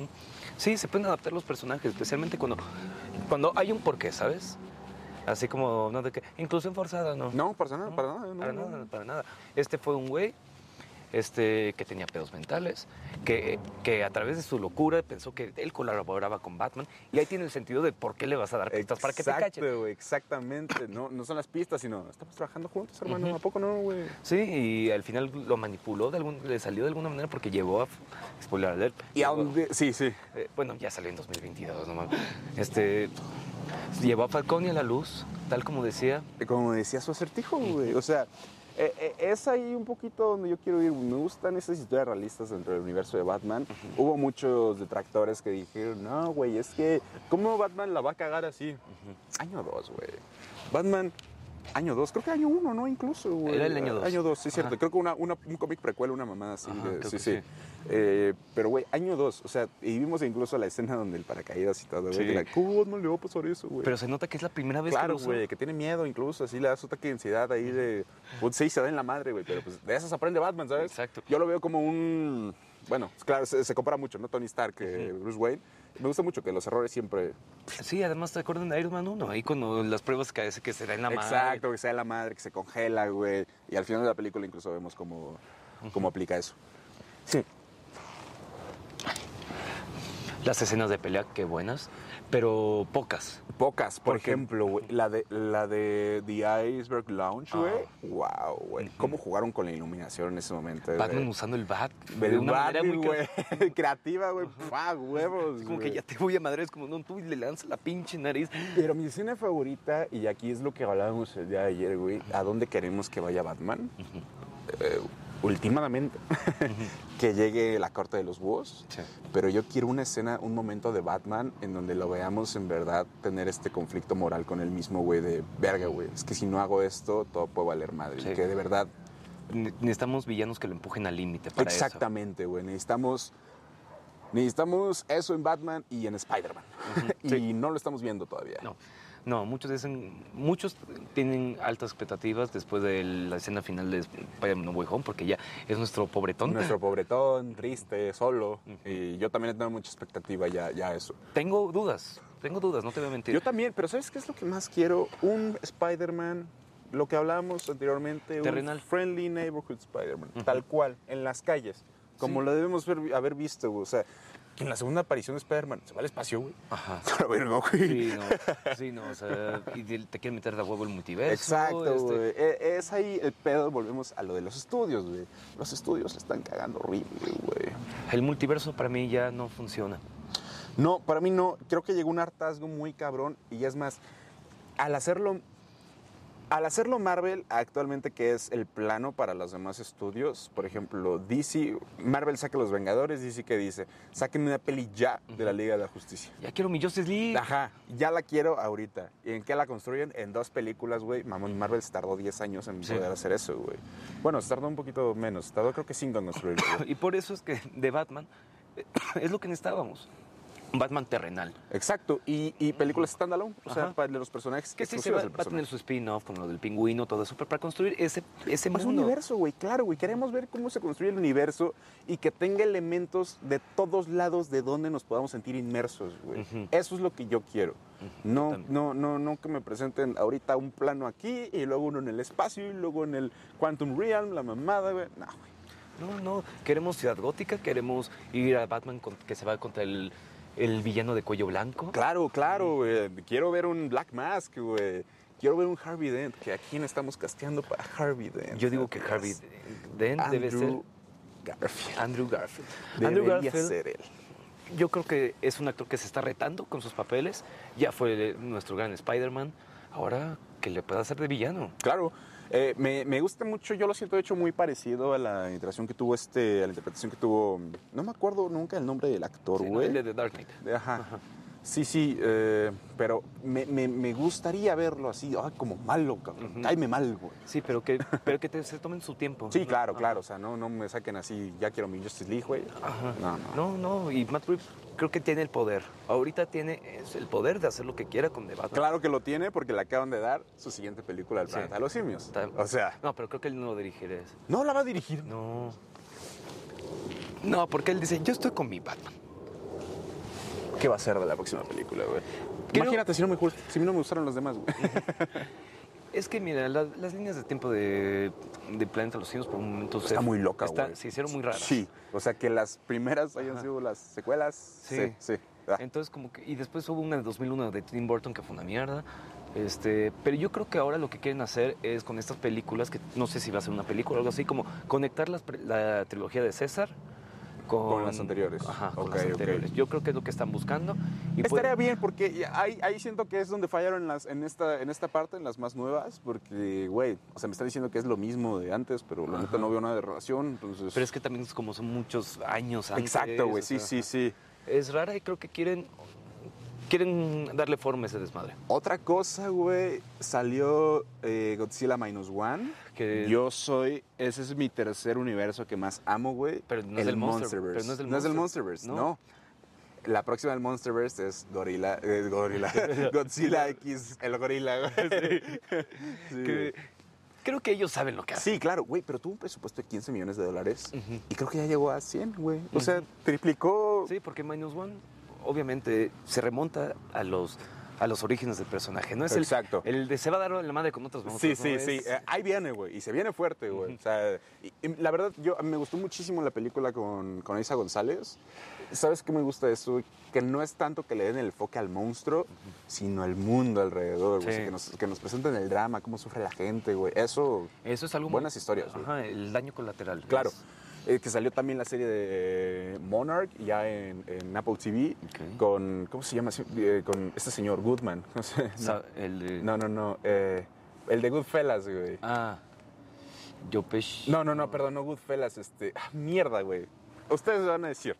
[SPEAKER 2] Sí, se pueden adaptar los personajes, especialmente cuando, cuando hay un porqué, ¿sabes? Así como, no, de que, inclusión forzada, ¿no?
[SPEAKER 1] No, para nada, para nada. no,
[SPEAKER 2] para
[SPEAKER 1] no,
[SPEAKER 2] nada,
[SPEAKER 1] no.
[SPEAKER 2] para nada. Este fue un güey este, que tenía pedos mentales, que, que a través de su locura pensó que él colaboraba con Batman y ahí tiene el sentido de por qué le vas a dar pistas para que te cachen.
[SPEAKER 1] Exacto, güey, exactamente. No, no son las pistas, sino estamos trabajando juntos, hermano. ¿A poco no, güey?
[SPEAKER 2] Sí, y al final lo manipuló, de algún, le salió de alguna manera porque llevó a... Spoiler alert.
[SPEAKER 1] Y a
[SPEAKER 2] llevó-
[SPEAKER 1] dónde- Sí, sí.
[SPEAKER 2] eh, bueno, ya salió en 2022, no mames. Este, llevó a Falcone a la luz, tal como decía.
[SPEAKER 1] como decía su acertijo, güey. O sea, Eh, eh, es ahí un poquito donde yo quiero ir. Me gustan esas historias realistas dentro del universo de Batman. Hubo muchos detractores que dijeron, no, güey, es que, ¿cómo Batman la va a cagar así? Año 2, güey. Batman, año 2, creo que año 1, ¿no? Incluso, güey.
[SPEAKER 2] Era el año dos.
[SPEAKER 1] Año 2, sí, cierto. Creo que una, una- un cómic precuela, una mamada así.
[SPEAKER 2] Ajá,
[SPEAKER 1] de-
[SPEAKER 2] creo
[SPEAKER 1] sí,
[SPEAKER 2] que
[SPEAKER 1] sí.
[SPEAKER 2] sí.
[SPEAKER 1] Eh, pero, güey, año 2, o sea, y vimos incluso la escena donde el paracaídas y todo, güey.
[SPEAKER 2] Sí.
[SPEAKER 1] que era, ¿Cómo Batman le va a pasar eso, güey?
[SPEAKER 2] Pero se nota que es la primera vez
[SPEAKER 1] Claro,
[SPEAKER 2] que lo
[SPEAKER 1] güey, que tiene miedo incluso, así le da su ataque de ansiedad ahí de... Pues sí, se da en la madre, güey, pero pues de esas aprende Batman, ¿sabes?
[SPEAKER 2] Exacto.
[SPEAKER 1] Yo lo veo como un... Bueno, pues, claro, se, se compara mucho, ¿no? Tony Stark, eh, Bruce Wayne. Me gusta mucho que los errores siempre...
[SPEAKER 2] usa. Sí, además te acuerdan de Iron Man 1, ahí cuando las pruebas que hace que se da en la mano.
[SPEAKER 1] Exacto, que sea la madre, que se congela, güey. Y al final de la película incluso vemos cómo, cómo aplica eso. Sí.
[SPEAKER 2] Las escenas de pelea, qué buenas, pero pocas.
[SPEAKER 1] Pocas, por,
[SPEAKER 2] Por
[SPEAKER 1] ejemplo, güey. La de, la de The Iceberg Lounge,
[SPEAKER 2] Ah.
[SPEAKER 1] güey. Wow, güey. ¿Cómo jugaron con la iluminación en ese momento? güey?
[SPEAKER 2] Batman usando el bat
[SPEAKER 1] Del Barbie,
[SPEAKER 2] ca-
[SPEAKER 1] güey. Creativa, güey. Pa, huevos.
[SPEAKER 2] Como que
[SPEAKER 1] güey.
[SPEAKER 2] ya te voy a madre, es como, no, tú le lanzas la pinche nariz.
[SPEAKER 1] Pero mi escena favorita, y aquí es lo que hablábamos el día de ayer, güey, ¿a dónde queremos que vaya Batman? Eh, ultimadamente, que llegue la corte de los búhos.
[SPEAKER 2] Sí.
[SPEAKER 1] Pero yo quiero una escena, un momento de Batman en donde lo veamos en verdad tener este conflicto moral con el mismo, güey, de verga, güey. Es que si no hago esto, todo puede valer madre.
[SPEAKER 2] Sí.
[SPEAKER 1] Y Que de verdad
[SPEAKER 2] Ne- Necesitamos villanos que lo empujen al límite para eso.
[SPEAKER 1] Exactamente, güey. Necesitamos, necesitamos eso en Batman y en Spider-Man. y no lo estamos viendo todavía.
[SPEAKER 2] No, no, muchos dicen, muchos tienen altas expectativas después de la escena final de Spider-Man No Way Home, porque ya es nuestro pobretón.
[SPEAKER 1] Nuestro pobretón, triste, solo. Y yo también tengo mucha expectativa ya, ya a eso.
[SPEAKER 2] Tengo dudas, tengo dudas, no te voy a mentir.
[SPEAKER 1] Yo también, pero ¿sabes qué es lo que más quiero? Un Spider-Man, lo que hablábamos anteriormente,
[SPEAKER 2] Terrenal.
[SPEAKER 1] un Friendly Neighborhood Spider-Man, tal cual, en las calles, como lo debemos ver- haber visto, güey. O sea, que en la segunda aparición de Spider-Man se va al espacio, güey.
[SPEAKER 2] Ajá.
[SPEAKER 1] Para ver, ¿no, güey?
[SPEAKER 2] Sí, no, sí, no, o sea, y de- te quieren meter de huevo el multiverso.
[SPEAKER 1] Exacto,
[SPEAKER 2] este,
[SPEAKER 1] güey. E- Es ahí el pedo, volvemos a lo de los estudios, güey. Los estudios le están cagando horrible, güey.
[SPEAKER 2] El multiverso para mí ya no funciona.
[SPEAKER 1] No, para mí no. Creo que llegó un hartazgo muy cabrón. Y es más, al hacerlo. Al hacerlo Marvel, actualmente que es el plano para los demás estudios, por ejemplo, DC, Marvel saca Los Vengadores, DC que dice, saquen una peli ya de la Liga de la Justicia.
[SPEAKER 2] Ya quiero mi Justice League.
[SPEAKER 1] Ajá, ya la quiero ahorita. ¿Y en qué la construyen? En dos películas, güey. Mamón, Marvel se tardó 10 años en
[SPEAKER 2] Sí.
[SPEAKER 1] poder hacer eso, güey. Bueno, se tardó un poquito menos. Tardó creo que 5 en construirlo. güey.
[SPEAKER 2] Y por eso es que de Batman eh, es lo que necesitábamos. Un Batman terrenal.
[SPEAKER 1] Exacto. Y, y películas standalone, o sea,
[SPEAKER 2] Ajá.
[SPEAKER 1] para los personajes
[SPEAKER 2] Que
[SPEAKER 1] que
[SPEAKER 2] sí se va, va a tener su spin-off con lo del pingüino, todo eso, pero para construir ese,
[SPEAKER 1] Es
[SPEAKER 2] ese
[SPEAKER 1] un
[SPEAKER 2] Este mundo.
[SPEAKER 1] Pues, universo, güey, claro, güey. Queremos ver cómo se construye el universo y que tenga elementos de todos lados de donde nos podamos sentir inmersos, güey.
[SPEAKER 2] Ujú.
[SPEAKER 1] Eso es lo que yo quiero. No,
[SPEAKER 2] también.
[SPEAKER 1] no, no, no que me presenten ahorita un plano aquí y luego uno en el espacio y luego en el Quantum Realm, la mamada, güey. No, güey.
[SPEAKER 2] No, no, queremos Ciudad Gótica, queremos ir a Batman con- que se va contra el, el villano de cuello blanco.
[SPEAKER 1] Claro, claro, güey. Quiero ver un Black Mask, güey. Quiero ver un Harvey Dent. Que ¿A quién estamos casteando para Harvey Dent?
[SPEAKER 2] Yo digo que Harvey Dent debe ser
[SPEAKER 1] Andrew Garfield.
[SPEAKER 2] Andrew Garfield. Andrew
[SPEAKER 1] Debería
[SPEAKER 2] Garfield,
[SPEAKER 1] ser él.
[SPEAKER 2] yo creo que es un actor que se está retando con sus papeles. Ya fue nuestro gran Spider-Man. Ahora que le pueda hacer de villano.
[SPEAKER 1] Claro. Eh, me, me gusta mucho, yo lo siento de hecho muy parecido a la interacción que tuvo este, a la interpretación que tuvo, no me acuerdo nunca el nombre del actor,
[SPEAKER 2] Sí, ¿no?
[SPEAKER 1] güey.
[SPEAKER 2] El de The Dark Knight.
[SPEAKER 1] Ajá. Sí, sí, eh, pero me, me- me gustaría verlo así, ay, como malo, cabrón.
[SPEAKER 2] Ujú.
[SPEAKER 1] Cáeme mal, güey.
[SPEAKER 2] Sí, pero que, pero que te- se tomen su tiempo.
[SPEAKER 1] Sí,
[SPEAKER 2] ¿no?
[SPEAKER 1] claro,
[SPEAKER 2] Ajá.
[SPEAKER 1] claro, o sea, no, no me saquen así, ya quiero mi Justice League, güey.
[SPEAKER 2] Ajá.
[SPEAKER 1] No, no.
[SPEAKER 2] No, no, y Matt Reeves creo que tiene el poder. Ahorita tiene es el poder de hacer lo que quiera con The Batman.
[SPEAKER 1] Claro que lo tiene porque le acaban de dar su siguiente película al
[SPEAKER 2] Sí.
[SPEAKER 1] planeta de los simios.
[SPEAKER 2] Está-
[SPEAKER 1] O sea,
[SPEAKER 2] No, pero creo que él no lo dirigirá eso.
[SPEAKER 1] no la va a dirigir.
[SPEAKER 2] No. No, porque él dice, yo estoy con mi Batman.
[SPEAKER 1] ¿Qué va a ser de la próxima película, güey?
[SPEAKER 2] Creo-
[SPEAKER 1] Imagínate si no me, gust- si no me gustaron los demás, güey.
[SPEAKER 2] Es que, mira, la- las líneas de tiempo de, de Planeta de los Simios por un momento se-
[SPEAKER 1] Está muy loca,
[SPEAKER 2] está-
[SPEAKER 1] güey.
[SPEAKER 2] Se hicieron muy raras.
[SPEAKER 1] Sí, o sea que las primeras hayan
[SPEAKER 2] Ajá.
[SPEAKER 1] sido las secuelas. Sí, sí. Ah,
[SPEAKER 2] Entonces, como que... Y después hubo una de 2001 de Tim Burton que fue una mierda. Este, pero yo creo que ahora lo que quieren hacer es con estas películas, que no sé si va a ser una película o algo así, como conectar las pre- la trilogía de César
[SPEAKER 1] Con las anteriores.
[SPEAKER 2] Ajá, con
[SPEAKER 1] Ok,
[SPEAKER 2] las
[SPEAKER 1] ok.
[SPEAKER 2] anteriores. Yo creo que es lo que están buscando. Y
[SPEAKER 1] Estaría
[SPEAKER 2] pueden-
[SPEAKER 1] bien porque ya ahí, ahí siento que es donde fallaron en, las, en, esta, en esta parte, en las más nuevas, porque, güey, o sea, me están diciendo que es lo mismo de antes, pero la neta no veo nada de relación, entonces...
[SPEAKER 2] Pero es que también es como son muchos años antes.
[SPEAKER 1] Exacto, güey,
[SPEAKER 2] o
[SPEAKER 1] sí,
[SPEAKER 2] sea,
[SPEAKER 1] sí, sí.
[SPEAKER 2] Es rara y creo que quieren, quieren darle forma a ese desmadre.
[SPEAKER 1] Otra cosa, güey, salió eh, Godzilla Minus One.
[SPEAKER 2] Que-
[SPEAKER 1] Yo soy, ese es mi tercer universo que más amo, güey.
[SPEAKER 2] Pero no es del Monster-
[SPEAKER 1] Monsterverse.
[SPEAKER 2] pero no es del Monster-
[SPEAKER 1] Monsterverse,
[SPEAKER 2] ¿no?
[SPEAKER 1] no. La próxima del Monsterverse es Gorila, es Gorila, Godzilla X, el gorila, güey. Sí, güey.
[SPEAKER 2] que- creo que ellos saben lo que hacen.
[SPEAKER 1] Sí, claro, güey, pero tuvo un presupuesto de 15 millones de dólares y creo que ya llegó a 100, güey. O sea, triplicó.
[SPEAKER 2] Sí, porque Minus One obviamente se remonta a los, a los orígenes del personaje. No es el-
[SPEAKER 1] Exacto.
[SPEAKER 2] El, de se va a dar la madre con otros
[SPEAKER 1] Sí,
[SPEAKER 2] monstruos,
[SPEAKER 1] sí,
[SPEAKER 2] ¿no?
[SPEAKER 1] sí.
[SPEAKER 2] Es-
[SPEAKER 1] Eh, Ahí viene, güey. Y se viene fuerte, güey. O sea, y- y la verdad, yo me gustó muchísimo la película con, con Isa González. ¿Sabes qué me gusta de eso? Que no es tanto que le den el enfoque al monstruo, sino al mundo alrededor, güey. O sea,
[SPEAKER 2] Sí.
[SPEAKER 1] que, nos, que nos presenten el drama, cómo sufre la gente, güey. Eso,
[SPEAKER 2] Eso es algo muy-
[SPEAKER 1] Buenas historias, güey.
[SPEAKER 2] Ajá, el daño colateral.
[SPEAKER 1] claro.
[SPEAKER 2] Es-
[SPEAKER 1] Eh, que salió también la serie de Monarch, ya en, en Apple TV,
[SPEAKER 2] Ok.
[SPEAKER 1] con, ¿cómo se llama? Eh, con este señor, Goodman. No sé.
[SPEAKER 2] sa- el de-
[SPEAKER 1] No, no, no. eh, el de Goodfellas, güey.
[SPEAKER 2] Ah. Yo pech-
[SPEAKER 1] No, no, no, perdón, no Goodfellas, este. ah, mierda, güey. Ustedes me van a decir.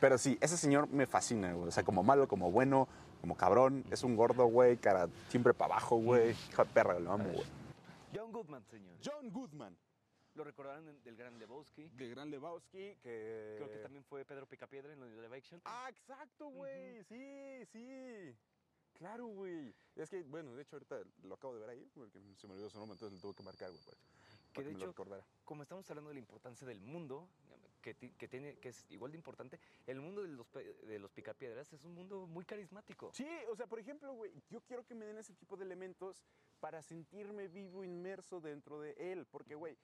[SPEAKER 1] Pero sí, ese señor me fascina, güey. O sea, como malo, como bueno, como cabrón. Es un gordo, güey, cara siempre para abajo, güey. Hija de perra, lo amo, güey.
[SPEAKER 2] John Goodman, señor.
[SPEAKER 1] John Goodman,
[SPEAKER 2] Lo recordarán en- del Gran Lebowski.
[SPEAKER 1] de Gran Lebowski, que.
[SPEAKER 2] Creo que también fue Pedro Picapiedra en lo de Live Action.
[SPEAKER 1] Ah, exacto, güey. Sí, sí. Claro, güey. Es que, bueno, de hecho, ahorita lo acabo de ver ahí, porque se me olvidó su nombre, entonces lo tuve que marcar, güey. para- para me
[SPEAKER 2] de
[SPEAKER 1] lo
[SPEAKER 2] hecho,
[SPEAKER 1] recordara.
[SPEAKER 2] Como estamos hablando de la importancia del mundo, que, ti- que tiene, que es igual de importante, el mundo de los, pe- de los picapiedras es un mundo muy carismático.
[SPEAKER 1] Sí, o sea, por ejemplo, güey, yo quiero que me den ese tipo de elementos para sentirme vivo, inmerso dentro de él. Porque, güey,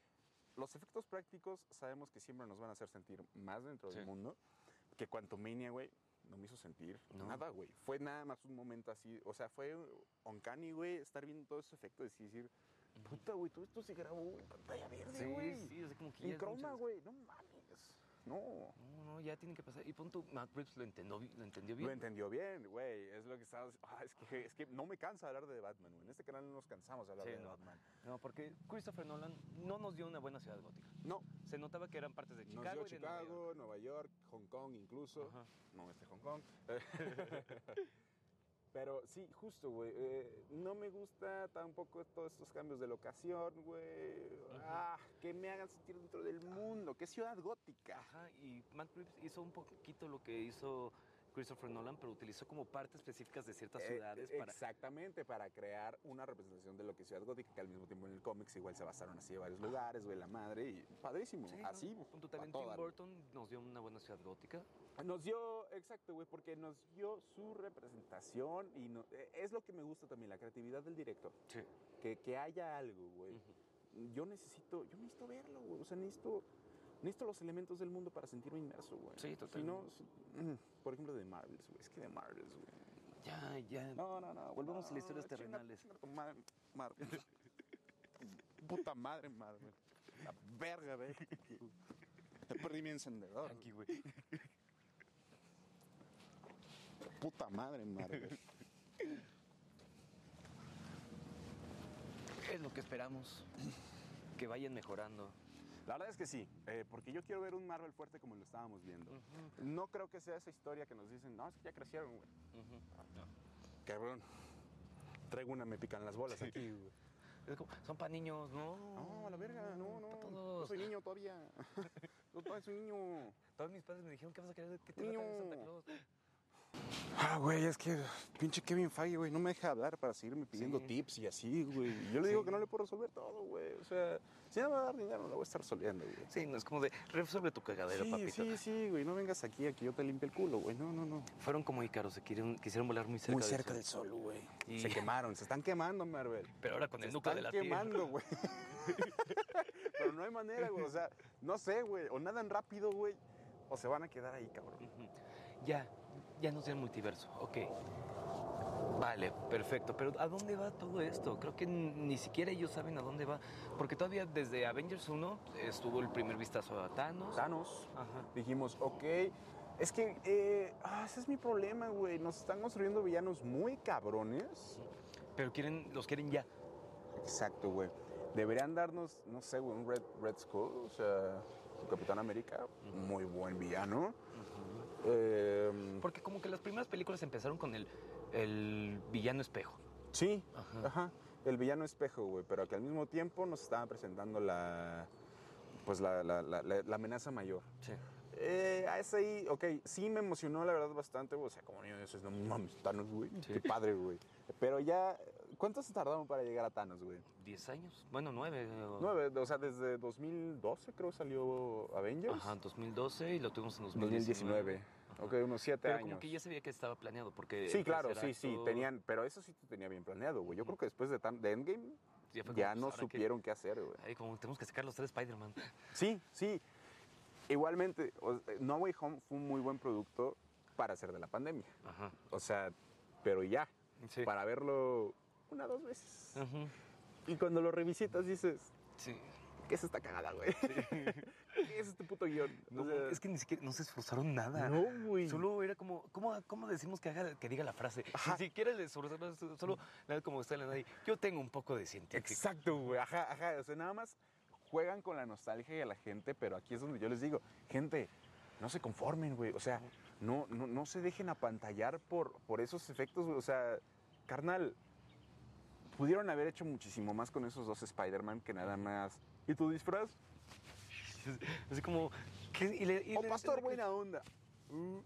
[SPEAKER 1] los efectos prácticos sabemos que siempre nos van a hacer sentir más dentro
[SPEAKER 2] Sí.
[SPEAKER 1] del mundo. Que Quantumania, güey, no me hizo sentir
[SPEAKER 2] No.
[SPEAKER 1] nada, güey. Fue nada más un momento así. O sea, fue uncanny, güey, estar viendo todo ese efecto y decir, puta, güey, todo esto se grabó en pantalla verde, güey.
[SPEAKER 2] sí, es como que ya
[SPEAKER 1] en
[SPEAKER 2] es
[SPEAKER 1] croma,
[SPEAKER 2] muchas-
[SPEAKER 1] güey, no mames. No.
[SPEAKER 2] No, no, ya tiene que pasar. Y punto, Matt Reeves lo entendió, bi- lo entendió bien.
[SPEAKER 1] Lo entendió bien, güey. Es lo que estabas. Ah, es, que, es que no me cansa hablar de Batman, güey. En este canal no nos cansamos de hablar
[SPEAKER 2] Sí,
[SPEAKER 1] de
[SPEAKER 2] no.
[SPEAKER 1] Batman.
[SPEAKER 2] No, porque Christopher Nolan no nos dio una buena ciudad gótica.
[SPEAKER 1] No,
[SPEAKER 2] Se notaba que eran partes de Chicago.
[SPEAKER 1] nos dio
[SPEAKER 2] y de Nueva York.
[SPEAKER 1] Chicago, Nueva York, Hong Kong incluso.
[SPEAKER 2] Ajá.
[SPEAKER 1] No, este Hong Kong. Pero sí, justo, güey. eh, no me gusta tampoco todos estos cambios de locación, güey. Ah, que me hagan sentir dentro del mundo. ¡Qué ciudad gótica!
[SPEAKER 2] Ajá, y Matt Reeves hizo un poquito lo que hizo Christopher Nolan, pero utilizó como partes específicas de ciertas
[SPEAKER 1] Eh,
[SPEAKER 2] ciudades para...
[SPEAKER 1] Exactamente, para crear una representación de lo que es Ciudad Gótica, que al mismo tiempo en el cómics igual se basaron así de varios lugares, güey, la madre, y padrísimo,
[SPEAKER 2] Sí, ¿no?
[SPEAKER 1] así.
[SPEAKER 2] Punto,
[SPEAKER 1] a
[SPEAKER 2] También Tim
[SPEAKER 1] toda.
[SPEAKER 2] Burton nos dio una buena ciudad gótica.
[SPEAKER 1] Nos dio, exacto, güey, porque nos dio su representación y no- eh, es lo que me gusta también, la creatividad del director,
[SPEAKER 2] Sí.
[SPEAKER 1] que, que haya algo, güey.
[SPEAKER 2] Mm.
[SPEAKER 1] Yo necesito, yo necesito verlo, güey, o sea, necesito, necesito los elementos del mundo para sentirme inmerso, güey.
[SPEAKER 2] Sí,
[SPEAKER 1] Si no,
[SPEAKER 2] totalmente.
[SPEAKER 1] si- mm, por ejemplo, de Marvels, güey, es que de Marvels, güey.
[SPEAKER 2] Ya, ya.
[SPEAKER 1] No, no, no.
[SPEAKER 2] Volvemos a las
[SPEAKER 1] no,
[SPEAKER 2] historias
[SPEAKER 1] Ah, chinga-
[SPEAKER 2] terrenales.
[SPEAKER 1] chinga tu madre, madre. Puta madre, madre. La verga, güey. Te perdí mi encendedor.
[SPEAKER 2] Tranqui, güey.
[SPEAKER 1] Puta madre, madre.
[SPEAKER 2] Es lo que esperamos. Que vayan mejorando.
[SPEAKER 1] La verdad es que sí, eh, porque yo quiero ver un Marvel fuerte como lo estábamos viendo. No creo que sea esa historia que nos dicen, no, es que ya crecieron, güey. Cabrón. Traigo una, me pican las bolas aquí, güey.
[SPEAKER 2] Es como, son para niños, ¿no?
[SPEAKER 1] No, a la verga, no, no.
[SPEAKER 2] Pa'
[SPEAKER 1] Yo
[SPEAKER 2] todos.
[SPEAKER 1] soy niño todavía. Yo todavía soy niño.
[SPEAKER 2] Todos mis padres me dijeron que vas a querer que te
[SPEAKER 1] Niño.
[SPEAKER 2] tratan de Santa Claus.
[SPEAKER 1] Ah, güey, es que pinche Kevin Feige, güey, no me deja hablar para seguirme pidiendo
[SPEAKER 2] Sí.
[SPEAKER 1] tips y así, güey. Yo le digo que no le puedo resolver todo, güey. O sea, si no me va a dar dinero, no lo voy a estar resolviendo, güey.
[SPEAKER 2] Sí, no, es como de, resuelve tu cagadera,
[SPEAKER 1] Sí,
[SPEAKER 2] papito.
[SPEAKER 1] sí, sí, güey, no vengas aquí a que yo te limpie el culo, güey. No, no, no.
[SPEAKER 2] Fueron como Ícaros, se quieren- quisieron volar muy cerca.
[SPEAKER 1] Muy
[SPEAKER 2] del
[SPEAKER 1] cerca
[SPEAKER 2] sol.
[SPEAKER 1] del sol, güey.
[SPEAKER 2] Y-
[SPEAKER 1] Se quemaron, se están quemando, Marvel.
[SPEAKER 2] Pero ahora con
[SPEAKER 1] Se
[SPEAKER 2] el núcleo de la
[SPEAKER 1] están quemando, güey. Pero no hay manera, güey. O sea, no sé, güey. O nadan rápido, güey. O se van a quedar ahí, cabrón.
[SPEAKER 2] Tierra. Ya, ya nos dio el multiverso. Ok. Vale, perfecto. Pero ¿a dónde va todo esto? Creo que ni siquiera ellos saben a dónde va. Porque todavía desde Avengers 1 estuvo el primer vistazo a Thanos.
[SPEAKER 1] Thanos.
[SPEAKER 2] Ajá.
[SPEAKER 1] Dijimos, ok, es que eh, ah, ese es mi problema, güey. Nos están construyendo villanos muy cabrones.
[SPEAKER 2] Pero quieren, los quieren ya.
[SPEAKER 1] Exacto, güey. Deberían darnos, no sé, güey, un Red, Red Skull, o sea, su Capitán América, muy buen villano. Eh,
[SPEAKER 2] Porque como que las primeras películas empezaron con el, el villano espejo. Ah,
[SPEAKER 1] sí,
[SPEAKER 2] Ajá.
[SPEAKER 1] ajá. El villano espejo, güey, pero que al mismo tiempo nos estaba presentando la, pues la, la- la- la- la amenaza mayor.
[SPEAKER 2] Sí.
[SPEAKER 1] Eh, a ese ahí, ok, sí me emocionó la verdad bastante, güey, o sea, como niño de esos, no mames, Thanos, güey,
[SPEAKER 2] Sí.
[SPEAKER 1] qué padre, güey. Pero ya, ¿cuántos se tardaron para llegar a Thanos, güey?
[SPEAKER 2] 10 años. Bueno, 9.
[SPEAKER 1] Nueve, o sea, desde 2012 creo salió Avengers.
[SPEAKER 2] Ajá, 2012 y lo tuvimos en
[SPEAKER 1] 2019.
[SPEAKER 2] 2019.
[SPEAKER 1] Ok, unos siete
[SPEAKER 2] Pero
[SPEAKER 1] años.
[SPEAKER 2] como que ya sabía que estaba planeado porque...
[SPEAKER 1] este Sí,
[SPEAKER 2] el
[SPEAKER 1] claro,
[SPEAKER 2] tercer
[SPEAKER 1] sí, sí,
[SPEAKER 2] acto
[SPEAKER 1] tenían, pero eso sí te tenía bien planeado, güey. Yo creo que después de, tan- de Endgame
[SPEAKER 2] Ya fue como,
[SPEAKER 1] ya
[SPEAKER 2] pues,
[SPEAKER 1] no
[SPEAKER 2] ¿ahora qué?
[SPEAKER 1] supieron qué hacer, güey.
[SPEAKER 2] Ay, como tenemos que sacar los tres Spider-Man.
[SPEAKER 1] Sí, sí. Igualmente, o- No Way Home fue un muy buen producto para hacer de la pandemia.
[SPEAKER 2] Ajá.
[SPEAKER 1] O sea, pero ya,
[SPEAKER 2] Sí. Ah.
[SPEAKER 1] para verlo una dos veces.
[SPEAKER 2] Ujú.
[SPEAKER 1] Y cuando lo revisitas dices,
[SPEAKER 2] Sí.
[SPEAKER 1] ¿qué es esta cagada, güey? ¿Qué es este puto guión?
[SPEAKER 2] No,
[SPEAKER 1] O sea,
[SPEAKER 2] es que ni siquiera no se esforzaron nada.
[SPEAKER 1] No, güey.
[SPEAKER 2] Solo era como, ¿cómo, cómo decimos que, haga, que diga la frase?
[SPEAKER 1] Ajá.
[SPEAKER 2] Ni siquiera le esforzaron, solo nada como está nadie. Yo tengo un poco de científico.
[SPEAKER 1] Exacto, güey. Ajá, ajá. O sea, nada más juegan con la nostalgia de la gente, pero aquí es donde yo les digo, gente, no se conformen, güey. O sea, no, no, no se dejen apantallar por, por esos efectos, güey. O sea, carnal, pudieron haber hecho muchísimo más con esos dos Spider-Man que nada más. ¿Y tu disfraz?
[SPEAKER 2] Así como, ¿qué? Y le- y
[SPEAKER 1] ¡Oh,
[SPEAKER 2] le-
[SPEAKER 1] pastor,
[SPEAKER 2] le-
[SPEAKER 1] buena onda! Mm.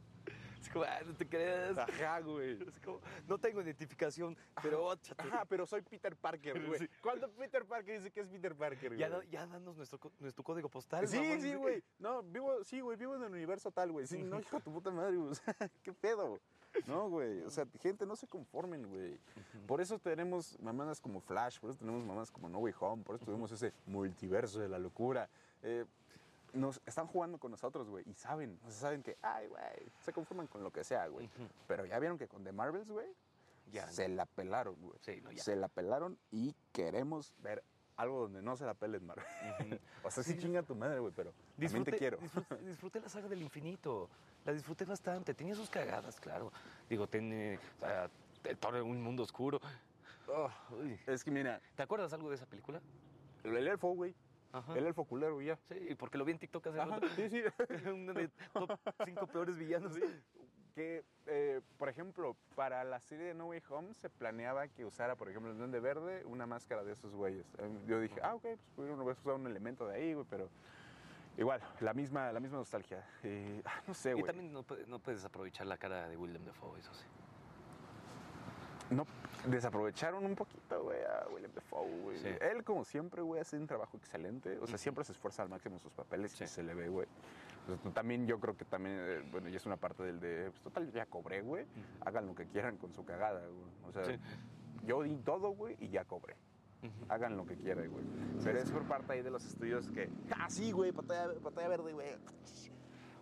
[SPEAKER 2] Así como, ah, no te creas.
[SPEAKER 1] Ajá, güey.
[SPEAKER 2] Así como, no tengo identificación, pero óchate.
[SPEAKER 1] Ajá, pero soy Peter Parker, güey.
[SPEAKER 2] Sí.
[SPEAKER 1] ¿Cuándo Peter Parker dice que es Peter Parker, güey?
[SPEAKER 2] Ya, da- ya danos nuestro, co- nuestro código postal.
[SPEAKER 1] Sí,
[SPEAKER 2] mamón.
[SPEAKER 1] sí, güey. No, vivo, sí, güey, vivo en el universo tal, güey. Sí, no, hijo de tu puta madre, güey. O sea, qué pedo. No, güey. O sea, gente, no se conformen, güey. Por eso tenemos mamadas como Flash, por eso tenemos mamadas como No Way Home, por eso tuvimos ese multiverso de la locura. Eh, nos están jugando con nosotros, güey, y saben, o sea, saben que, ay, güey, se conforman con lo que sea, güey. Pero ya vieron que con The Marvels, güey,
[SPEAKER 2] Ya.
[SPEAKER 1] se la pelaron, güey.
[SPEAKER 2] Sí, no, ya.
[SPEAKER 1] Se la pelaron y queremos ver algo donde no se la pelen, Marvel. o sea, sí chinga tu madre, güey, pero también te quiero.
[SPEAKER 2] disfruté- disfruté la saga del infinito. La disfruté bastante. Tenía sus cagadas, claro. Digo, tiene ah, el Thor en un mundo oscuro.
[SPEAKER 1] Oh,
[SPEAKER 2] Uy.
[SPEAKER 1] es que mira,
[SPEAKER 2] ¿Te acuerdas algo de esa película?
[SPEAKER 1] el elfo, güey.
[SPEAKER 2] Ajá.
[SPEAKER 1] El elfo culero, güey, ya.
[SPEAKER 2] Sí, porque lo vi en TikTok hace
[SPEAKER 1] Ajá,
[SPEAKER 2] rato.
[SPEAKER 1] sí, sí.
[SPEAKER 2] Uno de top 5 peores villanos.
[SPEAKER 1] Que, eh, por ejemplo, para la serie de No Way Home se planeaba que usara, por ejemplo, el Duende Verde una máscara de esos güeyes. Eh, Yo dije, ah, ok, pues pudieron haber usado un elemento de ahí, güey, pero igual, la misma, la misma nostalgia. Eh, ah, no sé,
[SPEAKER 2] Y
[SPEAKER 1] güey.
[SPEAKER 2] también no, puede- no puedes aprovechar la cara de Willem Dafoe, eso sí.
[SPEAKER 1] No, desaprovecharon un poquito, güey, a William Dafoe, güey.
[SPEAKER 2] Sí.
[SPEAKER 1] Él, como siempre, güey, hace un trabajo excelente. O sea, siempre se esfuerza al máximo en sus papeles
[SPEAKER 2] Sí.
[SPEAKER 1] y se le ve, güey. O sea, tú también yo creo que también, eh, bueno, y es una parte del de, pues, total, ya cobré, güey. Hagan lo que quieran con su cagada, güey. O sea,
[SPEAKER 2] Sí.
[SPEAKER 1] yo di todo, güey, y ya cobré. Hagan lo que quieran, güey. Pero es por parte ahí de los estudios que, ah, sí, güey, pantalla, pantalla verde, güey.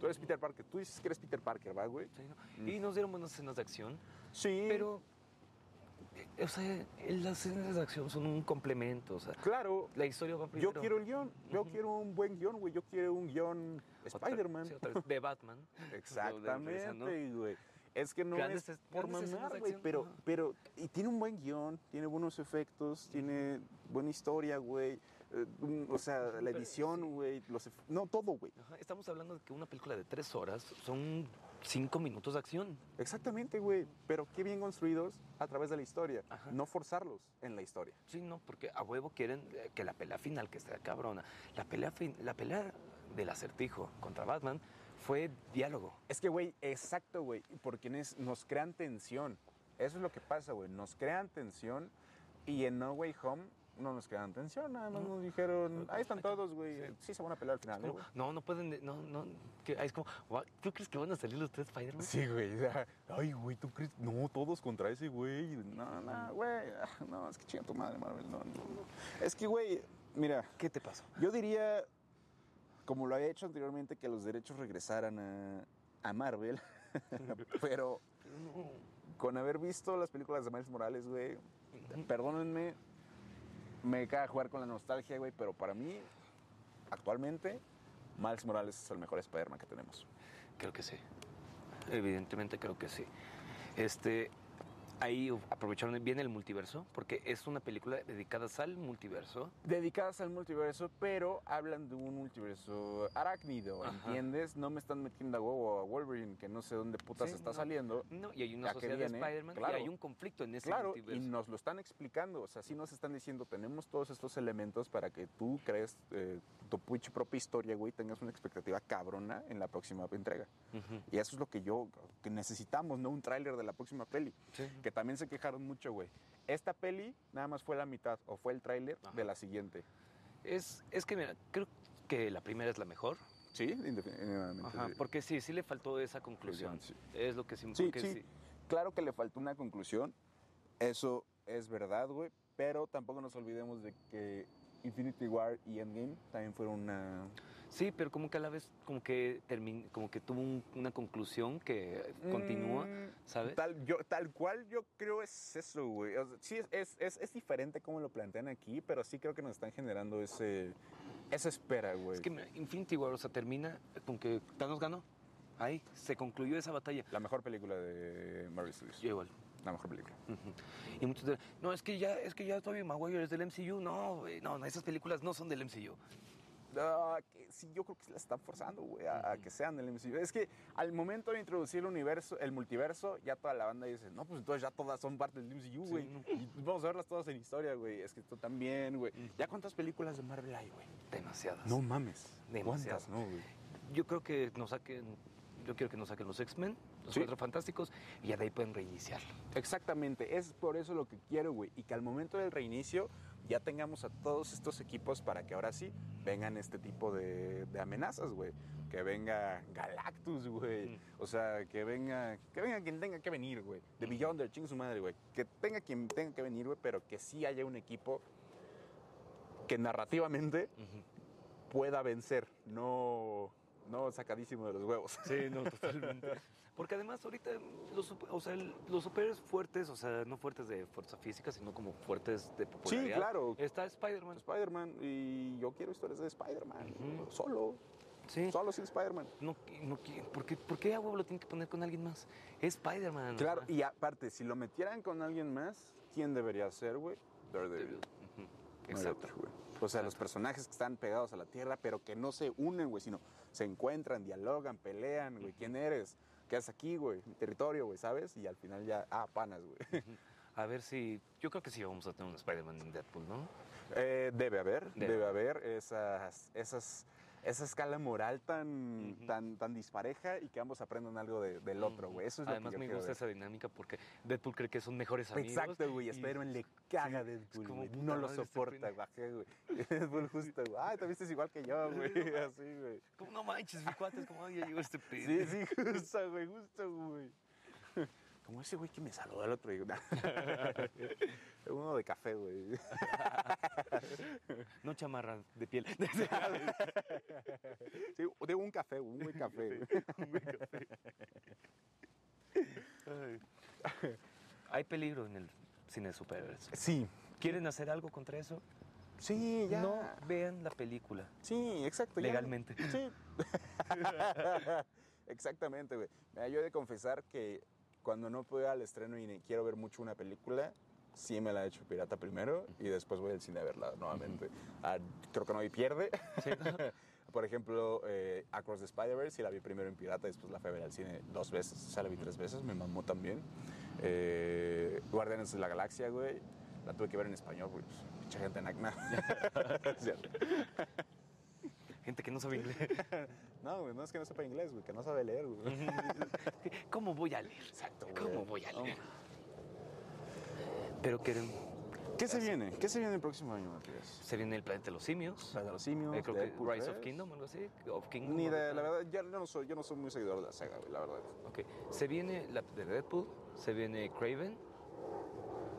[SPEAKER 1] Tú eres Peter Parker. Tú dices que eres Peter Parker, ¿va, güey?
[SPEAKER 2] Sí, ¿no? Y nos dieron buenas escenas de acción,
[SPEAKER 1] Mm. Sí.
[SPEAKER 2] pero. eh, O sea, las escenas de acción son un complemento. O sea,
[SPEAKER 1] Claro,
[SPEAKER 2] la historia va primero.
[SPEAKER 1] Yo quiero el guión, yo quiero un buen guión, güey, yo quiero un guión
[SPEAKER 2] Otra-
[SPEAKER 1] Spider-Man.
[SPEAKER 2] sí, otra vez, de Batman. Regresa, ¿no?
[SPEAKER 1] Exactamente, güey. Es que no
[SPEAKER 2] Grandes
[SPEAKER 1] es
[SPEAKER 2] es-
[SPEAKER 1] por
[SPEAKER 2] grandes escenas
[SPEAKER 1] mamar,
[SPEAKER 2] de
[SPEAKER 1] güey,
[SPEAKER 2] acción,
[SPEAKER 1] pero,
[SPEAKER 2] ajá.
[SPEAKER 1] pero, y tiene un buen guión, tiene buenos efectos, tiene buena historia, güey. Eh, un- o sea, la
[SPEAKER 2] Pero, sí.
[SPEAKER 1] edición, güey, los ef- no, todo, güey.
[SPEAKER 2] Ajá, Estamos hablando de que una película de tres horas son cinco minutos de acción.
[SPEAKER 1] Exactamente, güey. Pero qué bien construidos a través de la historia.
[SPEAKER 2] Ajá.
[SPEAKER 1] No forzarlos en la historia.
[SPEAKER 2] Sí, no, porque a huevo quieren eh, que la pelea final, que está cabrona, la pelea, fin- la pelea del acertijo contra Batman fue diálogo.
[SPEAKER 1] Es que, güey, exacto, güey, porque nes- nos crean tensión. Eso es lo que pasa, güey. Nos crean tensión y en No Way Home no nos crean tensión. Nada más nos dijeron, ahí están todos, güey. pues, Sí. se van a pelear al final, ¿no,
[SPEAKER 2] Como,
[SPEAKER 1] güey?
[SPEAKER 2] no, no pueden, eh, no, no, que- ah, es como, "Gua- ¿tú crees que van a salir los tres Spider-Man?
[SPEAKER 1] Sí, güey. o sea, Ay, güey, ¿tú crees? No, todos contra ese güey. No, no, güey. ah, No, es que chinga tu madre, Marvel. No, no, no. Es que, güey, mira,
[SPEAKER 2] ¿Qué te pasó?
[SPEAKER 1] yo diría, como lo había hecho anteriormente, que los derechos regresaran a, a Marvel. pero con haber visto las películas de Miles Morales, güey, perdónenme, me caga jugar con la nostalgia, güey, pero para mí, actualmente, Miles Morales es el mejor Spider-Man que tenemos.
[SPEAKER 2] Creo que sí. Evidentemente creo que sí. Este, ahí aprovecharon bien el multiverso, porque es una película dedicada al multiverso.
[SPEAKER 1] Dedicadas al multiverso, pero hablan de un multiverso arácnido, ¿entiendes? No me están metiendo a huevo a Wolverine, que no sé dónde putas
[SPEAKER 2] Sí,
[SPEAKER 1] está
[SPEAKER 2] no.
[SPEAKER 1] saliendo.
[SPEAKER 2] No, y hay
[SPEAKER 1] ¿A
[SPEAKER 2] una
[SPEAKER 1] qué
[SPEAKER 2] sociedad de
[SPEAKER 1] viene?
[SPEAKER 2] Spider-Man
[SPEAKER 1] Claro.
[SPEAKER 2] y hay un conflicto en ese
[SPEAKER 1] Claro, y
[SPEAKER 2] multiverso.
[SPEAKER 1] nos lo están explicando, o sea, sí nos están diciendo, tenemos todos estos elementos para que tú crees eh, tu puch- propia historia, güey, tengas una expectativa cabrona en la próxima entrega.
[SPEAKER 2] Ujú.
[SPEAKER 1] Y eso es lo que yo, que necesitamos, ¿no? Un tráiler de la próxima peli.
[SPEAKER 2] Sí.
[SPEAKER 1] Que también se quejaron mucho, güey. Esta peli nada más fue la mitad, o fue el tráiler
[SPEAKER 2] Ajá.
[SPEAKER 1] de la siguiente.
[SPEAKER 2] Es, es que, mira, creo que la primera es la mejor.
[SPEAKER 1] Sí, indefinidamente.
[SPEAKER 2] Ajá,
[SPEAKER 1] sí.
[SPEAKER 2] porque sí, sí le faltó esa conclusión.
[SPEAKER 1] Sí.
[SPEAKER 2] Es lo que sí,
[SPEAKER 1] Sí,
[SPEAKER 2] porque
[SPEAKER 1] sí. Claro que le faltó una conclusión. Eso es verdad, güey. Pero tampoco nos olvidemos de que Infinity War y Endgame también fueron una.
[SPEAKER 2] Sí, pero como que a la vez, como que termin- como que tuvo un- una conclusión que continúa,
[SPEAKER 1] Mm,
[SPEAKER 2] ¿sabes?
[SPEAKER 1] Tal, yo, tal cual yo creo es eso, güey. O sea, sí, es, es, es- es diferente como lo plantean aquí, pero sí creo que nos están generando ese, esa espera, güey.
[SPEAKER 2] Es que mira, Infinity War, o sea, termina con que Thanos ganó. Ahí, se concluyó esa batalla.
[SPEAKER 1] La mejor película de Marvel Studios.
[SPEAKER 2] Yo igual.
[SPEAKER 1] La mejor película.
[SPEAKER 2] Ujú. Y muchos dirán, no, es que ya, es que ya Tobey Maguire es del MCU. No, güey, no, no, esas películas no son del MCU.
[SPEAKER 1] Ah, que sí, yo creo que se la están forzando, güey, a, a que sean del MCU. Es que al momento de introducir el universo, el multiverso, ya toda la banda dice, no, pues entonces ya todas son parte del MCU, güey.
[SPEAKER 2] no.
[SPEAKER 1] Y vamos a verlas todas en historia, güey. Es que tú también, güey. ¿Ya cuántas películas de Marvel hay, güey?
[SPEAKER 2] Demasiadas.
[SPEAKER 1] No mames.
[SPEAKER 2] Demasiadas.
[SPEAKER 1] ¿Cuántas, no, güey?
[SPEAKER 2] Yo creo que nos saquen, yo quiero que nos saquen los X-Men, los
[SPEAKER 1] Sí.
[SPEAKER 2] Cuatro Fantásticos, y ya de ahí pueden reiniciarlo.
[SPEAKER 1] Exactamente, es por eso lo que quiero, güey. Y que al momento del reinicio ya tengamos a todos estos equipos para que ahora sí vengan este tipo de, de amenazas, güey. Que venga Galactus, güey. O sea, que venga, que venga quien tenga que venir, güey. De Beyonder, chingue su madre, güey. Que tenga quien tenga que venir, güey, pero que sí haya un equipo que narrativamente pueda vencer, no, no sacadísimo de los huevos.
[SPEAKER 2] Sí, no, totalmente. Porque además ahorita los, sup- o sea, el- los superhéroes fuertes, o sea, no fuertes de fuerza física, sino como fuertes de popularidad.
[SPEAKER 1] claro.
[SPEAKER 2] Está Spider-Man.
[SPEAKER 1] Pues, eh, Spider-Man y yo quiero historias de Spider-Man,
[SPEAKER 2] Ujú.
[SPEAKER 1] solo,
[SPEAKER 2] Sí.
[SPEAKER 1] solo sin Spider-Man.
[SPEAKER 2] No, qui- no, qui- ¿por, qué, ¿Por qué a huevo lo tiene que poner con alguien más? Es Spider-Man.
[SPEAKER 1] Claro,
[SPEAKER 2] ajá.
[SPEAKER 1] y aparte, si lo metieran con alguien más, ¿quién debería ser, güey? Daredevil.
[SPEAKER 2] Ujú.
[SPEAKER 1] Exacto,
[SPEAKER 2] Exacto.
[SPEAKER 1] güey. O sea, los personajes que están pegados a la tierra, pero que no se unen, güey, sino se encuentran, dialogan, pelean, güey. ¿Quién eres? ¿Qué haces aquí, güey? Mi territorio, güey, ¿sabes? Y al final ya, ah, panas, güey.
[SPEAKER 2] A ver si. Yo creo que sí vamos a tener un Spider-Man en Deadpool, ¿no?
[SPEAKER 1] Eh, debe haber,
[SPEAKER 2] Debe.
[SPEAKER 1] debe, haber esas, esas, esa escala moral tan, tan, tan dispareja y que ambos aprendan algo de- del otro, güey. Eso es
[SPEAKER 2] Además,
[SPEAKER 1] lo que
[SPEAKER 2] me
[SPEAKER 1] yo quiero
[SPEAKER 2] gusta
[SPEAKER 1] ver.
[SPEAKER 2] esa dinámica porque Deadpool cree que son mejores amigos.
[SPEAKER 1] Exacto, güey.
[SPEAKER 2] y-
[SPEAKER 1] Spider-Man le caga a Deadpool,
[SPEAKER 2] como,
[SPEAKER 1] güey.
[SPEAKER 2] puta
[SPEAKER 1] No lo
[SPEAKER 2] madre, este
[SPEAKER 1] soporta, güey. güey. Deadpool justo, güey. Ay, te vistes igual que yo, güey. Así, güey.
[SPEAKER 2] Como, no manches, mi cuate es como, ay, ya llegó este pedo.
[SPEAKER 1] Sí, sí, justo, güey, justo, güey. Como ese güey que me saludó al otro día. Uno de café, güey.
[SPEAKER 2] No chamarra de piel.
[SPEAKER 1] Sí, de un café, un buen café. güey.
[SPEAKER 2] Hay peligro en el cine de superhéroes.
[SPEAKER 1] Sí,
[SPEAKER 2] ¿Quieren hacer algo contra eso?
[SPEAKER 1] sí, ya.
[SPEAKER 2] No vean la película.
[SPEAKER 1] Sí, exacto. ya.
[SPEAKER 2] Legalmente.
[SPEAKER 1] Sí. Exactamente, güey. Mira, yo he de confesar que cuando no puedo ir al estreno y ni quiero ver mucho una película, sí me la he hecho pirata primero y después voy al cine a verla nuevamente. Ah, creo que no hay pierde. Por ejemplo, eh, Across the Spider-Verse, sí la vi primero en pirata, después la fui a ver al cine dos veces, o sea, la vi tres veces, me mamó también. Eh, Guardianes de la Galaxia, güey, la tuve que ver en español, güey, pues, mucha gente en acna. Es cierto.
[SPEAKER 2] Gente que no sabe inglés.
[SPEAKER 1] No, güey, no es que no sepa inglés, güey, que no sabe leer, güey.
[SPEAKER 2] ¿Cómo voy a leer?
[SPEAKER 1] Exacto, güey.
[SPEAKER 2] ¿Cómo voy a leer? Pero quieren.
[SPEAKER 1] ¿Qué se viene? ¿Qué se viene el próximo año, Matías?
[SPEAKER 2] Se viene el planeta de los simios.
[SPEAKER 1] La de los simios,
[SPEAKER 2] Eh, creo
[SPEAKER 1] Deadpool
[SPEAKER 2] que Rise
[SPEAKER 1] 3.
[SPEAKER 2] of Kingdom, algo así. Of Kingdom,
[SPEAKER 1] Ni de,
[SPEAKER 2] ahorita.
[SPEAKER 1] la verdad, ya no soy, yo no soy muy seguidor de la saga, güey, la verdad.
[SPEAKER 2] Ok. Se viene la de Deadpool. Se viene Craven.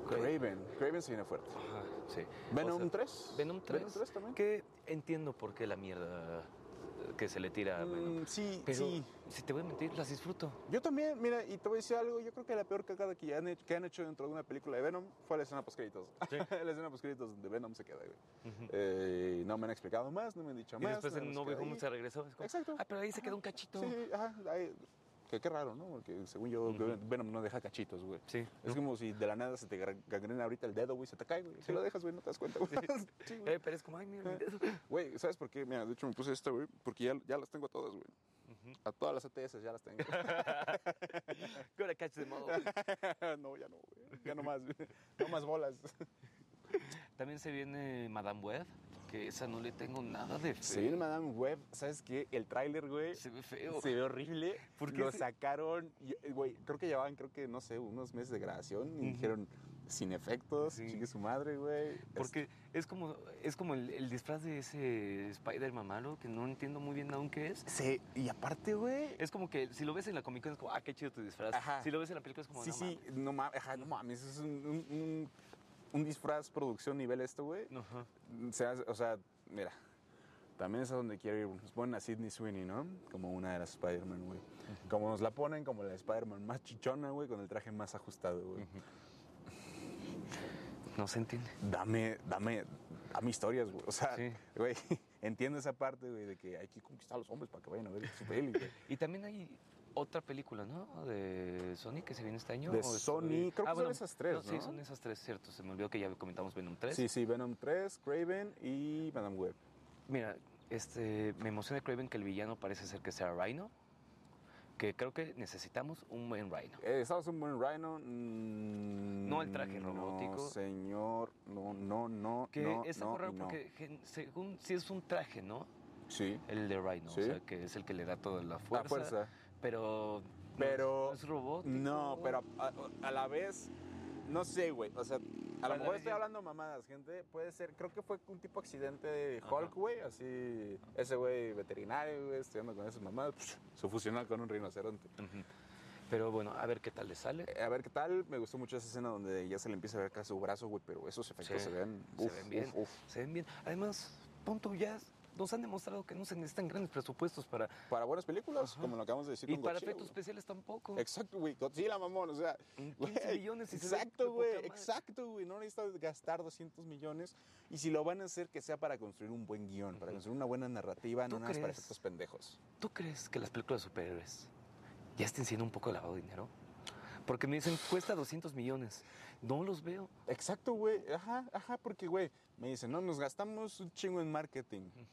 [SPEAKER 1] Craven, Craven se viene fuerte.
[SPEAKER 2] Ajá, sí.
[SPEAKER 1] Venom
[SPEAKER 2] O sea,
[SPEAKER 1] 3.
[SPEAKER 2] Venom 3.
[SPEAKER 1] también. Mm,
[SPEAKER 2] Que entiendo por qué la mierda que se le tira, Ah, bueno.
[SPEAKER 1] Mm, sí,
[SPEAKER 2] Pero,
[SPEAKER 1] sí.
[SPEAKER 2] si te voy a mentir, las disfruto.
[SPEAKER 1] Yo también, mira, y te voy a decir algo, yo creo que la peor cagada que, ya han, hecho, que han hecho dentro de una película de Venom fue la escena postcréditos. la escena postcréditos donde Venom se queda, güey. Eh, no me han explicado más, no me han dicho
[SPEAKER 2] Y
[SPEAKER 1] más.
[SPEAKER 2] después
[SPEAKER 1] nada
[SPEAKER 2] el
[SPEAKER 1] más
[SPEAKER 2] novio
[SPEAKER 1] queda
[SPEAKER 2] Home
[SPEAKER 1] ahí.
[SPEAKER 2] se regresó. Es como,
[SPEAKER 1] Exacto.
[SPEAKER 2] Ah, pero ahí se quedó un cachito.
[SPEAKER 1] Sí, ajá, ahí- que qué raro, ¿no? Porque según yo, Venom no deja cachitos, güey.
[SPEAKER 2] Sí.
[SPEAKER 1] Es como si de la nada se te gra- gangrena ahorita el dedo, güey, se te cae, güey. Si lo dejas, güey, no te das cuenta, güey. Sí, güey.
[SPEAKER 2] Eh, pero es como, ay, mira, mira eso.
[SPEAKER 1] Güey, ¿sabes por qué? Mira, de hecho me puse esta, güey, porque ya, ya las tengo a todas, güey. A todas las ATS ya las tengo.
[SPEAKER 2] Gotta catch them all.
[SPEAKER 1] no, ya no, güey. Ya no más, güey. No más bolas.
[SPEAKER 2] También se viene Madame Web, que esa no le tengo nada de fe.
[SPEAKER 1] Se viene Madame Web, ¿sabes qué? El tráiler, güey.
[SPEAKER 2] Se ve feo.
[SPEAKER 1] Se ve horrible.
[SPEAKER 2] ¿Por qué
[SPEAKER 1] Lo
[SPEAKER 2] se-
[SPEAKER 1] sacaron, y- eh, güey, creo que llevaban, creo que, no sé, unos meses de grabación y dijeron, sin efectos,
[SPEAKER 2] Sí.
[SPEAKER 1] chique su madre, güey.
[SPEAKER 2] Porque es como, es como el, el disfraz de ese Spider-Man malo, que no entiendo muy bien aún qué es.
[SPEAKER 1] Es- se- y aparte, güey,
[SPEAKER 2] Es como que si lo ves en la Comic Con es como, ah, qué chido tu disfraz.
[SPEAKER 1] Ajá.
[SPEAKER 2] Si lo ves en la película es como,
[SPEAKER 1] Sí,
[SPEAKER 2] no
[SPEAKER 1] sí, no mames, ajá, no mames, es un, un- un- un disfraz producción nivel esto, güey.
[SPEAKER 2] mames. Ajá.
[SPEAKER 1] Se hace- o sea, mira, también es a donde quiero ir. Nos ponen a Sidney Sweeney, ¿no? Como una de las Spider-Man, güey. Como nos la ponen, como la Spider-Man más chichona, güey, con el traje más ajustado, güey.
[SPEAKER 2] No se entiende.
[SPEAKER 1] Dame, dame, dame historias, güey. O sea,
[SPEAKER 2] Sí.
[SPEAKER 1] güey, entiendo esa parte, güey, de que hay que conquistar a los hombres para que vayan a ver su peli, güey.
[SPEAKER 2] Y también hay otra película, ¿no? De Sony que se viene este año.
[SPEAKER 1] De
[SPEAKER 2] ¿o estoy-
[SPEAKER 1] Sony, creo que son esas tres,
[SPEAKER 2] Sí,
[SPEAKER 1] ¿no?
[SPEAKER 2] son esas tres, cierto. Se me olvidó que ya comentamos Venom 3.
[SPEAKER 1] Sí, sí, Venom 3, Craven y Madame Web.
[SPEAKER 2] Mira, este, me emociona Craven que el villano parece ser que sea Rhino. Que creo que necesitamos un buen Rhino.
[SPEAKER 1] Eh, ¿Estabas un buen Rhino? Mm,
[SPEAKER 2] No el traje robótico.
[SPEAKER 1] No, señor. No, no, no.
[SPEAKER 2] Que
[SPEAKER 1] no,
[SPEAKER 2] es
[SPEAKER 1] no,
[SPEAKER 2] algo
[SPEAKER 1] y
[SPEAKER 2] raro
[SPEAKER 1] no.
[SPEAKER 2] porque gen- según sí es un traje, ¿no?
[SPEAKER 1] Sí.
[SPEAKER 2] El de Rhino,
[SPEAKER 1] Sí.
[SPEAKER 2] o sea, que es el que le da toda la fuerza.
[SPEAKER 1] fuerza.
[SPEAKER 2] Pero no
[SPEAKER 1] Pero-
[SPEAKER 2] es, no es robótico.
[SPEAKER 1] No, pero a, a- a la vez. No sé, güey. O sea, a lo
[SPEAKER 2] la
[SPEAKER 1] mejor
[SPEAKER 2] vez
[SPEAKER 1] estoy
[SPEAKER 2] ya-
[SPEAKER 1] hablando mamadas, gente. Puede ser. Creo que fue un tipo accidente de
[SPEAKER 2] Ajá.
[SPEAKER 1] Hulk, güey. Así. Ese güey veterinario, güey, estudiando con esas mamadas. pf, Se fusionó con un rinoceronte.
[SPEAKER 2] Ujú. Pero bueno, a ver qué tal le sale.
[SPEAKER 1] Eh, A ver qué tal, me gustó mucho esa escena donde ya se le empieza a ver acá su brazo, güey, pero esos efectos
[SPEAKER 2] Sí,
[SPEAKER 1] se ven,
[SPEAKER 2] se
[SPEAKER 1] uf,
[SPEAKER 2] ven bien.
[SPEAKER 1] uf, uf.
[SPEAKER 2] Se ven bien. Además, punto ya nos han demostrado que no se necesitan grandes presupuestos para.
[SPEAKER 1] Para buenas películas, como lo acabamos de decir
[SPEAKER 2] y
[SPEAKER 1] con
[SPEAKER 2] para
[SPEAKER 1] Godzilla,
[SPEAKER 2] efectos
[SPEAKER 1] güey.
[SPEAKER 2] especiales tampoco.
[SPEAKER 1] Exacto, güey. Godzilla, mamón. O sea,
[SPEAKER 2] Mm,
[SPEAKER 1] güey,
[SPEAKER 2] 15 millones y se ve de
[SPEAKER 1] Exacto, güey.
[SPEAKER 2] poca madre.
[SPEAKER 1] Exacto, güey. No necesitas gastar 200 millones. Y si lo van a hacer, que sea para construir un buen guión, para construir una buena narrativa,
[SPEAKER 2] ¿Tú
[SPEAKER 1] no nada más para
[SPEAKER 2] crees?
[SPEAKER 1] efectos pendejos.
[SPEAKER 2] ¿Tú crees que las películas de superhéroes ya estén siendo un poco de lavado de dinero? Porque me dicen, cuesta 200 millones. No los veo.
[SPEAKER 1] Exacto, güey. Ajá, ajá, porque, güey, me dicen, no, nos gastamos un chingo en marketing. Pues,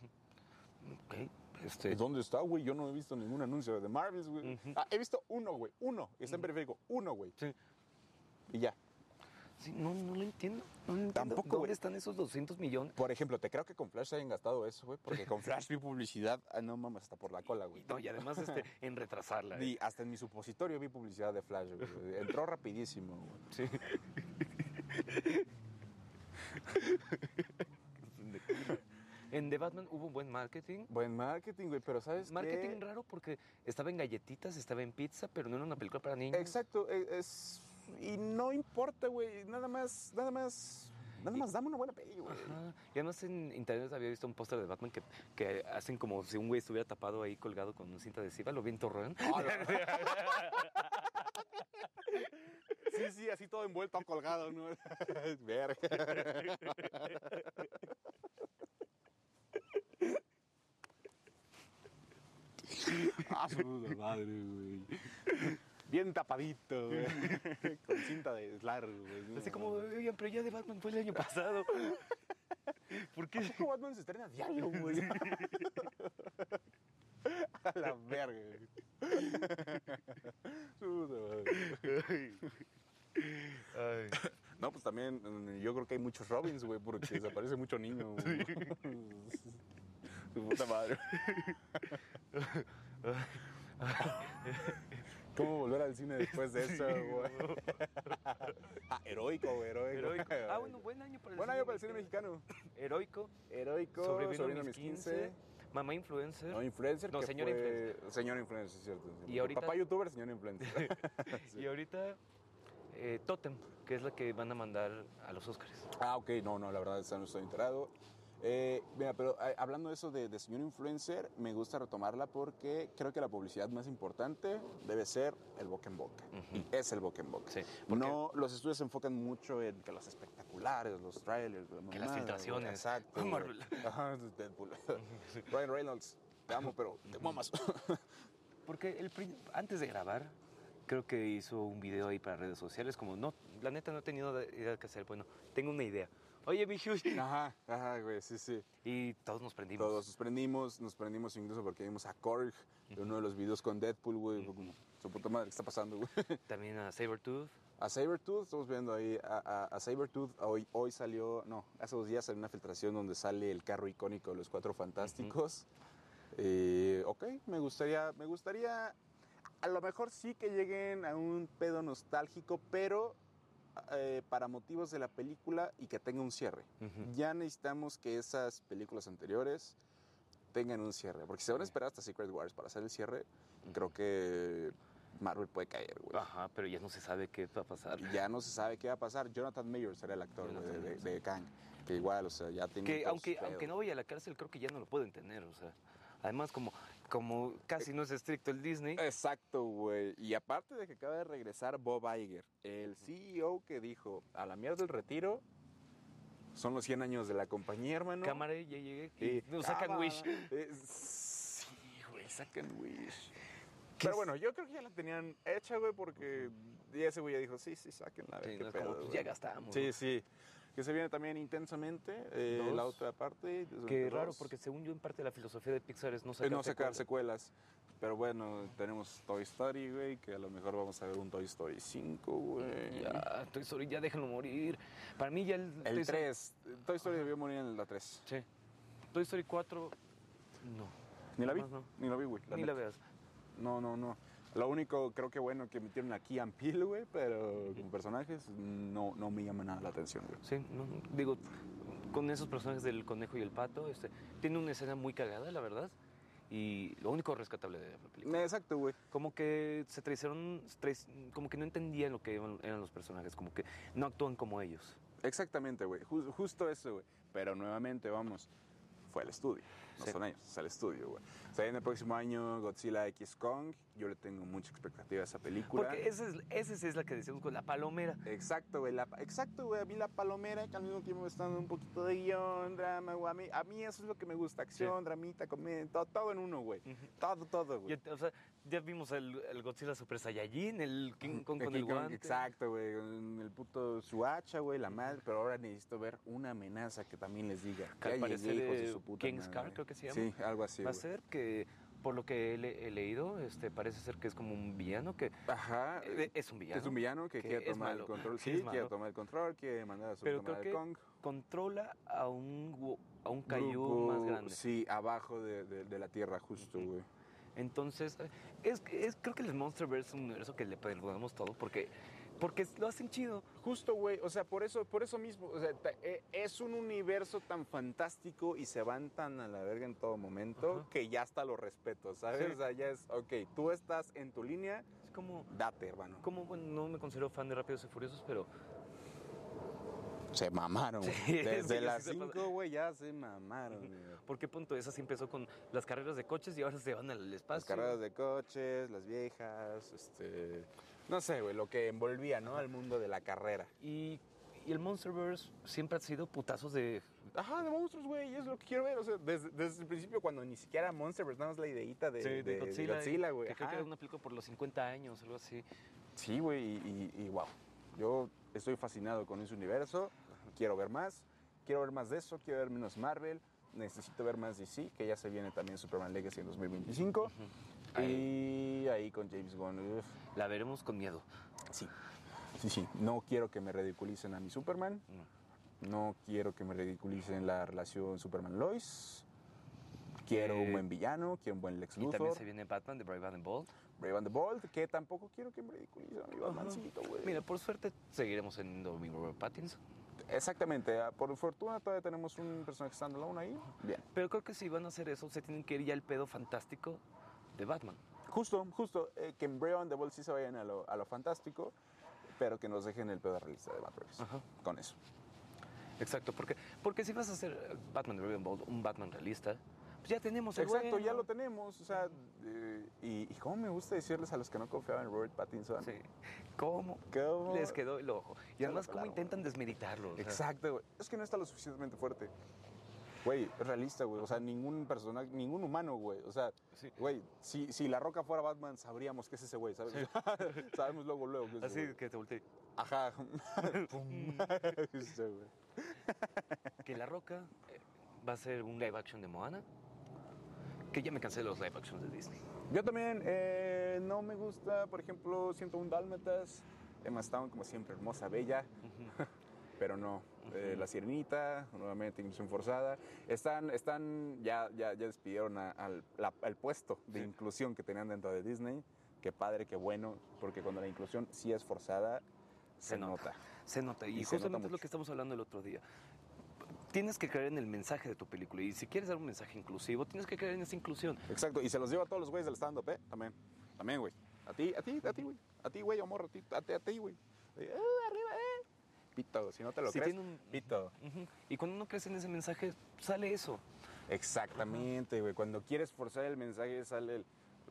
[SPEAKER 2] Ok, este,
[SPEAKER 1] ¿Dónde está, güey? Yo no he visto ningún anuncio de Marvels, güey. Ah, he visto uno, güey. Uno. Está en periférico. Uno, güey.
[SPEAKER 2] sí,
[SPEAKER 1] Y ya.
[SPEAKER 2] sí, no, no lo entiendo. No lo entiendo.
[SPEAKER 1] Tampoco,
[SPEAKER 2] ¿Dónde
[SPEAKER 1] güey.
[SPEAKER 2] están esos 200 millones?
[SPEAKER 1] Por ejemplo, te creo que con Flash se hayan gastado eso, güey, porque con Flash vi publicidad, ah, no mames, hasta por la cola, güey.
[SPEAKER 2] No, y además este, en retrasarla.
[SPEAKER 1] Di, hasta en mi supositorio vi publicidad de Flash, güey. Entró rapidísimo, güey.
[SPEAKER 2] En The Batman hubo un buen marketing.
[SPEAKER 1] Buen marketing, güey, pero ¿sabes
[SPEAKER 2] Marketing
[SPEAKER 1] qué?
[SPEAKER 2] raro porque estaba en galletitas, estaba en pizza, pero no era una película para niños.
[SPEAKER 1] Exacto, e- es... Y no importa, güey, nada más, nada más... Nada más dame una buena peli, güey.
[SPEAKER 2] Ajá. Y además en internet había visto un póster de Batman que, que hacen como si un güey estuviera tapado ahí colgado con una cinta adhesiva, lo vi en Torreón.
[SPEAKER 1] Ah, Sí, sí, así todo envuelto, colgado, ¿no? Verga. Ah, su puta madre, güey. Bien tapadito, güey. Con cinta de largo, güey.
[SPEAKER 2] Así como, oigan, pero ya de Batman fue el año pasado. ¿Por qué?
[SPEAKER 1] ¿Cómo Batman se estrena a diario, güey? A la verga, güey. Su puta madre. No, pues también mm, yo creo que hay muchos Robins, güey, porque desaparece mucho niño. güey. Su puta madre. ¿Cómo volver al cine después de eso, güey? Ah, heroico, güey, heroico.
[SPEAKER 2] Heroico. Ah, bueno, buen año para el
[SPEAKER 1] Buen
[SPEAKER 2] cine
[SPEAKER 1] año para el cine mexicano.
[SPEAKER 2] Heroico.
[SPEAKER 1] Heroico,
[SPEAKER 2] Sobrevino a mis 15. Mamá influencer.
[SPEAKER 1] No, influencer.
[SPEAKER 2] No,
[SPEAKER 1] que
[SPEAKER 2] señor
[SPEAKER 1] fue-
[SPEAKER 2] influencer.
[SPEAKER 1] Señor influencer, es cierto.
[SPEAKER 2] Y ahorita-
[SPEAKER 1] Papá youtuber, señor influencer.
[SPEAKER 2] Y ahorita, eh, Totem, que es la que van a mandar a los Oscars.
[SPEAKER 1] Ah, ok, no, no, la verdad, esa no estoy enterado. Eh, mira, pero eh, hablando de eso de, de señor influencer, me gusta retomarla porque creo que la publicidad más importante debe ser el boca en boca.
[SPEAKER 2] Ujú.
[SPEAKER 1] Y es el boca en boca.
[SPEAKER 2] Sí, porque-
[SPEAKER 1] no, los estudios se enfocan mucho en que los espectaculares, los trailers, la
[SPEAKER 2] Que
[SPEAKER 1] mamada,
[SPEAKER 2] las
[SPEAKER 1] güey.
[SPEAKER 2] filtraciones.
[SPEAKER 1] Exacto.
[SPEAKER 2] Ah,
[SPEAKER 1] güey.
[SPEAKER 2] Marvel.
[SPEAKER 1] Ajá, Deadpool. Ryan Reynolds, te amo, pero te mamas.
[SPEAKER 2] Porque el, pri- antes de grabar, creo que hizo un video ahí para redes sociales, como, no, la neta no he tenido idea de qué hacer, bueno, tengo una idea. Oye, mi Hughie.
[SPEAKER 1] ajá, ajá, güey, sí, sí.
[SPEAKER 2] Y todos nos prendimos.
[SPEAKER 1] Todos nos prendimos, nos prendimos incluso porque vimos a Korg en uno de los videos con Deadpool, güey. fue como, Su puta madre, ¿qué está pasando, güey?
[SPEAKER 2] También a Sabertooth.
[SPEAKER 1] A Sabertooth, estamos viendo ahí, a, a- a Sabertooth hoy, hoy salió, no, hace dos días salió una filtración donde sale el carro icónico de los Cuatro Fantásticos. Eh, ok, me gustaría, me gustaría, a lo mejor sí que lleguen a un pedo nostálgico, pero eh, para motivos de la película y que tenga un cierre.
[SPEAKER 2] Ujú.
[SPEAKER 1] Ya necesitamos que esas películas anteriores tengan un cierre, porque si se van a esperar hasta Secret Wars para hacer el cierre, creo que Marvel puede caer, güey.
[SPEAKER 2] Pues, Ajá, pero ya no se sabe qué va a pasar.
[SPEAKER 1] Y ya no se sabe qué va a pasar. Jonathan Mayer será el actor güey, de,
[SPEAKER 2] Ah. Jonathan
[SPEAKER 1] de,
[SPEAKER 2] Majors.
[SPEAKER 1] de Kang. Que igual, o sea, ya tiene.
[SPEAKER 2] Que
[SPEAKER 1] todos
[SPEAKER 2] aunque,
[SPEAKER 1] sus
[SPEAKER 2] aunque no
[SPEAKER 1] pedos.
[SPEAKER 2] vaya a la cárcel, creo que ya no lo pueden tener, o sea. Además, como, como
[SPEAKER 1] Eh,
[SPEAKER 2] casi no es estricto el Disney,
[SPEAKER 1] Exacto, güey. Y aparte de que acaba de regresar Bob Iger, el CEO que dijo: a la mierda el retiro, son los 100 años de la compañía, hermano.
[SPEAKER 2] cámara, ya llegué.
[SPEAKER 1] Y-
[SPEAKER 2] Y nos sacan
[SPEAKER 1] cámara.
[SPEAKER 2] Wish.
[SPEAKER 1] Eh, sí, güey, sacan Wish. Pero
[SPEAKER 2] es?
[SPEAKER 1] bueno, yo creo que ya la tenían hecha, güey, porque y ese güey ya dijo: sí, sí, sáquenla. a ver
[SPEAKER 2] Sí,
[SPEAKER 1] qué
[SPEAKER 2] no es como,
[SPEAKER 1] pedo,
[SPEAKER 2] pues,
[SPEAKER 1] güey".
[SPEAKER 2] ya gastamos.
[SPEAKER 1] Sí, sí. Que se viene también intensamente eh,
[SPEAKER 2] Dos.
[SPEAKER 1] la otra parte.
[SPEAKER 2] Qué
[SPEAKER 1] dos.
[SPEAKER 2] raro, porque según yo, en parte de la filosofía de Pixar es no
[SPEAKER 1] Eh,
[SPEAKER 2] sacar
[SPEAKER 1] no sacar
[SPEAKER 2] secuelas.
[SPEAKER 1] secuelas. Pero bueno, tenemos Toy Story, güey, que a lo mejor vamos a ver un Toy Story 5, güey.
[SPEAKER 2] Ya, Toy Story, ya déjenlo morir. Para mí ya el...
[SPEAKER 1] El
[SPEAKER 2] Toy Story-
[SPEAKER 1] 3. Toy Story debió morir en la 3.
[SPEAKER 2] Sí. Toy Story 4, no.
[SPEAKER 1] Ni la vi,
[SPEAKER 2] Nomás no.
[SPEAKER 1] ni la vi, güey. la
[SPEAKER 2] Ni
[SPEAKER 1] neta.
[SPEAKER 2] la veas.
[SPEAKER 1] No, no, no. Lo único, creo que bueno, que metieron aquí a Key and Peele, güey, pero como personajes no, no me llama nada la atención, güey.
[SPEAKER 2] Sí, no, digo, con esos personajes del conejo y el pato, este, tiene una escena muy cagada, la verdad. Y lo único rescatable de la película.
[SPEAKER 1] Eh, Exacto, güey.
[SPEAKER 2] Como que se traicionaron, se traic- como que no entendían lo que iban- eran los personajes, como que no actúan como ellos.
[SPEAKER 1] Exactamente, güey. Ju- justo eso, güey. Pero nuevamente, vamos, fue al estudio. No
[SPEAKER 2] Sí.
[SPEAKER 1] son ellos, es al estudio, güey. O sea, en el próximo año Godzilla X Kong. Yo le tengo mucha expectativa a esa película.
[SPEAKER 2] Porque esa es, esa sí es la que decimos con la palomera.
[SPEAKER 1] Exacto, güey. la pa- Exacto, güey. A mí la palomera, que al mismo tiempo me está dando un poquito de guión, drama, güey. A mí, a mí eso es lo que me gusta. Acción, dramita, comedia, todo, todo en uno, güey. Todo, todo, güey.
[SPEAKER 2] Ya, o sea, ya vimos el, el Godzilla Super Saiyajin, el King Kong con
[SPEAKER 1] Aquí
[SPEAKER 2] el guante.
[SPEAKER 1] Exacto, güey. con El puto su hacha, güey, la madre. Pero ahora necesito ver una amenaza que también les diga.
[SPEAKER 2] Que al
[SPEAKER 1] Ya
[SPEAKER 2] parecer,
[SPEAKER 1] llegué, hijos de
[SPEAKER 2] eh,
[SPEAKER 1] su puta
[SPEAKER 2] King Scar,
[SPEAKER 1] madre.
[SPEAKER 2] creo que se llama.
[SPEAKER 1] Sí, algo así,
[SPEAKER 2] Va a
[SPEAKER 1] güey.
[SPEAKER 2] ser que, por lo que he, le- he leído, este, parece ser que es como un villano que...
[SPEAKER 1] Ajá.
[SPEAKER 2] eh, Es un villano.
[SPEAKER 1] Ah, Es un villano que,
[SPEAKER 2] que
[SPEAKER 1] quiere
[SPEAKER 2] es
[SPEAKER 1] tomar el
[SPEAKER 2] malo,
[SPEAKER 1] control.
[SPEAKER 2] que
[SPEAKER 1] Sí,
[SPEAKER 2] es
[SPEAKER 1] quiere
[SPEAKER 2] malo.
[SPEAKER 1] tomar el control, quiere mandar a su
[SPEAKER 2] Pero
[SPEAKER 1] puta
[SPEAKER 2] creo
[SPEAKER 1] madre
[SPEAKER 2] que
[SPEAKER 1] al Kong.
[SPEAKER 2] controla a un, gu- a un cayú
[SPEAKER 1] Grupo,
[SPEAKER 2] más grande.
[SPEAKER 1] Sí, abajo de, de- de la tierra, justo, güey.
[SPEAKER 2] Entonces, eh, es, es- creo que el Monsterverse es un universo que le perdonamos todo porque, porque lo hacen chido.
[SPEAKER 1] Justo, güey, o sea, por eso, por eso mismo, o sea, ta- eh, es un universo tan fantástico y se van tan a la verga en todo momento
[SPEAKER 2] Ajá.
[SPEAKER 1] que ya hasta lo respeto, ¿sabes?
[SPEAKER 2] Sí.
[SPEAKER 1] O sea, ya es, ok, tú estás en tu línea,
[SPEAKER 2] Es como...
[SPEAKER 1] date, hermano.
[SPEAKER 2] Como, bueno, no me considero fan de Rápidos y Furiosos, pero
[SPEAKER 1] Se mamaron, güey.
[SPEAKER 2] Sí, es que
[SPEAKER 1] Desde
[SPEAKER 2] sí
[SPEAKER 1] las
[SPEAKER 2] se pasa. Ah,
[SPEAKER 1] 5, güey, ya se mamaron, güey.
[SPEAKER 2] ¿por qué punto? Esa sí empezó con las carreras de coches y ahora se van al
[SPEAKER 1] Las
[SPEAKER 2] espacio.
[SPEAKER 1] carreras de coches, las viejas, este... No sé, güey, lo que envolvía, ¿no? Al mundo de la carrera.
[SPEAKER 2] Y, y el Monsterverse siempre ha sido putazos de...
[SPEAKER 1] Ajá, de monstruos, güey, es lo que quiero ver. O sea, desde, desde el principio, cuando ni siquiera Monsterverse, nada más la ideita de, de- de
[SPEAKER 2] y-
[SPEAKER 1] Godzilla, güey.
[SPEAKER 2] Que creo que
[SPEAKER 1] ajá.
[SPEAKER 2] era una película por los 50 años, algo así.
[SPEAKER 1] Sí, güey, y, y, wow. Yo estoy fascinado con ese universo. Quiero ver más. Quiero ver más de eso. Quiero ver menos Marvel. Necesito ver más DC, que ya se viene también Superman Legacy en 2025. Y ahí con James Gunn. uf.
[SPEAKER 2] La veremos con miedo.
[SPEAKER 1] Sí. Sí, sí. No quiero que me ridiculicen a mi Superman.
[SPEAKER 2] No.
[SPEAKER 1] No quiero que me ridiculicen la relación Superman-Lois. Quiero
[SPEAKER 2] Eh,
[SPEAKER 1] un buen villano. Quiero un buen Lex
[SPEAKER 2] Y también
[SPEAKER 1] Luthor.
[SPEAKER 2] se viene Batman de Brave and the Bold.
[SPEAKER 1] Brave and the Bold, que tampoco quiero que me ridiculicen a mi Batmancito, güey.
[SPEAKER 2] Mira, por suerte seguiremos en Domingo Pattinson.
[SPEAKER 1] Exactamente, ah, por fortuna todavía tenemos un personaje standalone ahí. Bien.
[SPEAKER 2] Pero creo que si van a hacer eso, se tienen que ir ya al pedo fantástico de Batman.
[SPEAKER 1] Justo, justo, eh, que en Brave and the Bold sí se vayan a lo, a lo fantástico, pero que nos dejen el pedo realista de Matrix.
[SPEAKER 2] Ajá.
[SPEAKER 1] Con eso.
[SPEAKER 2] Exacto, porque, porque si vas a hacer Batman de Raven Bold, un Batman realista, pues ya tenemos el
[SPEAKER 1] Exacto,
[SPEAKER 2] bueno.
[SPEAKER 1] ya lo tenemos. O sea, eh, y, y cómo me gusta decirles a los que no confiaban en Robert Pattinson.
[SPEAKER 2] Sí. ¿Cómo?
[SPEAKER 1] ¿Cómo?
[SPEAKER 2] Les quedó el ojo. Y
[SPEAKER 1] Ya
[SPEAKER 2] además,
[SPEAKER 1] lo
[SPEAKER 2] ¿cómo
[SPEAKER 1] pelaron.
[SPEAKER 2] intentan desmeditarlo? O sea,
[SPEAKER 1] Exacto, güey. Es que no está lo suficientemente fuerte. Güey, es realista, güey. O sea, ningún personaje, ningún humano, güey. O sea,
[SPEAKER 2] Sí.
[SPEAKER 1] güey, si, si La Roca fuera Batman, sabríamos que es ese güey, ¿sabes? Sabemos luego, luego. que es ese
[SPEAKER 2] Así
[SPEAKER 1] güey.
[SPEAKER 2] que te volteé.
[SPEAKER 1] Ajá. Pum. Sí, güey.
[SPEAKER 2] Mm, Que La Roca eh, va a ser un live action de Moana. Que ya me cansé de los live actions de Disney.
[SPEAKER 1] Yo también eh, no me gusta, por ejemplo, 101 Dálmatas. Emma Stone, como siempre, hermosa, bella. Pero no. Eh, la Sirenita, nuevamente, inclusión forzada. Están, están ya, ya, ya despidieron a- al, la- al puesto de inclusión que tenían dentro de Disney. Qué padre, qué bueno, porque cuando la inclusión sí es forzada, se, nota.
[SPEAKER 2] Se nota. Y,
[SPEAKER 1] Y se
[SPEAKER 2] justamente
[SPEAKER 1] nota
[SPEAKER 2] es lo
[SPEAKER 1] mucho.
[SPEAKER 2] que estamos hablando el otro día. Tienes que creer en el mensaje de tu película. Y si quieres dar un mensaje inclusivo, tienes que creer en esa inclusión.
[SPEAKER 1] Exacto, y se los digo a todos los güeyes del stand-up, ¿eh? También, también, güey. A ti, a ti, a ti, güey. A ti, güey, amor, a ti, a ti, a ti, güey. Eh, arriba, eh. Pito, si no te lo
[SPEAKER 2] Si
[SPEAKER 1] crees,
[SPEAKER 2] tiene un-
[SPEAKER 1] pito.
[SPEAKER 2] Ujú. Y cuando no crees en ese mensaje, sale eso.
[SPEAKER 1] Exactamente, güey. Cuando quieres forzar el mensaje, sale el...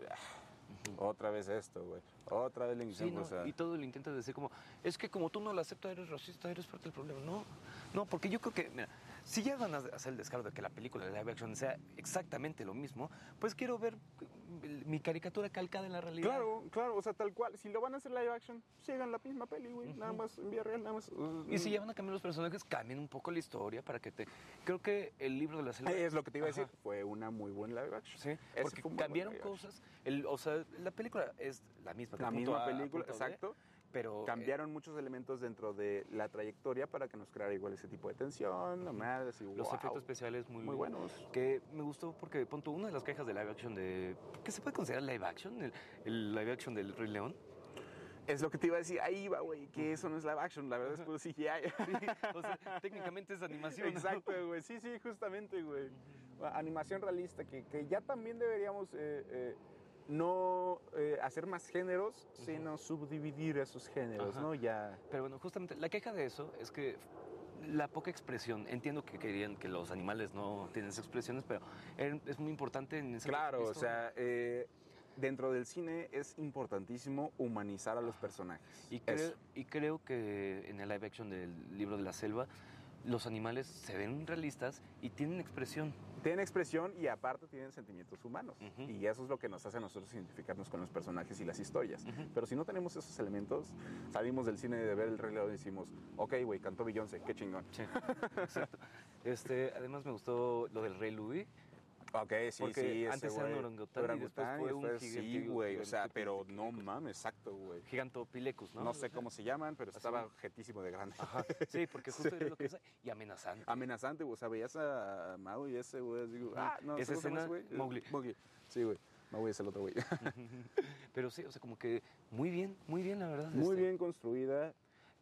[SPEAKER 1] ah, Otra vez esto, güey. Otra vez la
[SPEAKER 2] Sí,
[SPEAKER 1] inclusión
[SPEAKER 2] ¿no?
[SPEAKER 1] forzada.
[SPEAKER 2] Y todo lo intentas decir como, es que como tú no la aceptas, eres racista, eres parte del problema. No, no, porque yo creo que, mira, si ya van a hacer el descaro de que la película de live action sea exactamente lo mismo, pues quiero ver eh, mi caricatura calcada en la realidad.
[SPEAKER 1] Claro, claro, o sea, tal cual. Si lo van a hacer live action, sigan la misma peli, güey. Nada más en vía real, nada más. mm,
[SPEAKER 2] Y si ya van a cambiar los personajes, cambien un poco la historia para que te... Creo que el libro de la selva...
[SPEAKER 1] Es lo que te iba a
[SPEAKER 2] Ajá.
[SPEAKER 1] decir. Fue una muy buena live action.
[SPEAKER 2] Sí,
[SPEAKER 1] Ese
[SPEAKER 2] porque
[SPEAKER 1] fue un buen
[SPEAKER 2] cambiaron
[SPEAKER 1] live action.
[SPEAKER 2] cosas. El, o sea, la película es la misma. de
[SPEAKER 1] La
[SPEAKER 2] punto
[SPEAKER 1] misma
[SPEAKER 2] A a
[SPEAKER 1] película,
[SPEAKER 2] punto B,
[SPEAKER 1] exacto.
[SPEAKER 2] pero eh,
[SPEAKER 1] Cambiaron muchos elementos dentro de la trayectoria para que nos creara igual ese tipo de tensión, mamadas y
[SPEAKER 2] eh, los
[SPEAKER 1] wow,
[SPEAKER 2] efectos especiales muy,
[SPEAKER 1] muy buenos.
[SPEAKER 2] Que me gustó porque, punto, una de las quejas de live action de... ¿Qué se puede considerar live action? El, el live action del Rey León.
[SPEAKER 1] Es lo que te iba a decir, ahí va, güey, que eso no es live action, la verdad es puro CGI.
[SPEAKER 2] o sea, técnicamente es animación. ¿no?
[SPEAKER 1] Exacto, güey, sí, sí, justamente, güey. Animación realista, que, que ya también deberíamos eh, eh, no eh, hacer más géneros, sino subdividir esos géneros,
[SPEAKER 2] Ajá.
[SPEAKER 1] ¿no? Ya.
[SPEAKER 2] Pero bueno, justamente la queja de eso es que la poca expresión, entiendo que querían que los animales no tienen esas expresiones, pero er- es muy importante en ese
[SPEAKER 1] Claro, o
[SPEAKER 2] contexto.
[SPEAKER 1] sea, eh, dentro del cine es importantísimo humanizar a los personajes.
[SPEAKER 2] Y creo,
[SPEAKER 1] Eso.
[SPEAKER 2] y creo que en el live action del libro de la selva, los animales se ven realistas y tienen expresión.
[SPEAKER 1] Tienen expresión y aparte tienen sentimientos humanos.
[SPEAKER 2] Ujú.
[SPEAKER 1] Y eso es lo que nos hace a nosotros identificarnos con los personajes y las historias. Pero si no tenemos esos elementos, salimos del cine de ver el Rey León y decimos, ok, güey, cantó Beyoncé, qué chingón.
[SPEAKER 2] Sí, exacto. Este, además me gustó lo del rey Louis.
[SPEAKER 1] Ok, sí,
[SPEAKER 2] Porque
[SPEAKER 1] sí, ese
[SPEAKER 2] antes era un
[SPEAKER 1] güey,
[SPEAKER 2] orangután y después fue un
[SPEAKER 1] después-
[SPEAKER 2] gigante,
[SPEAKER 1] Sí, güey, o sea,
[SPEAKER 2] gigante,
[SPEAKER 1] pero no mames, exacto, güey.
[SPEAKER 2] Gigantopilecus, ¿no?
[SPEAKER 1] No sé cómo se llaman, pero estaba objetísimo de grande.
[SPEAKER 2] Ajá. Sí, porque justo era lo que es. Y amenazante.
[SPEAKER 1] Amenazante, güey, o sea, veías a Maui y ese güey, así, güey, ah, no,
[SPEAKER 2] Esa
[SPEAKER 1] ¿cómo se llama ese
[SPEAKER 2] escena,
[SPEAKER 1] güey?
[SPEAKER 2] Mowgli.
[SPEAKER 1] Mowgli, Este, sí, güey, Maui es el otro güey.
[SPEAKER 2] Pero sí, o sea, como que muy bien, muy bien, la verdad.
[SPEAKER 1] Muy
[SPEAKER 2] este,
[SPEAKER 1] bien construida,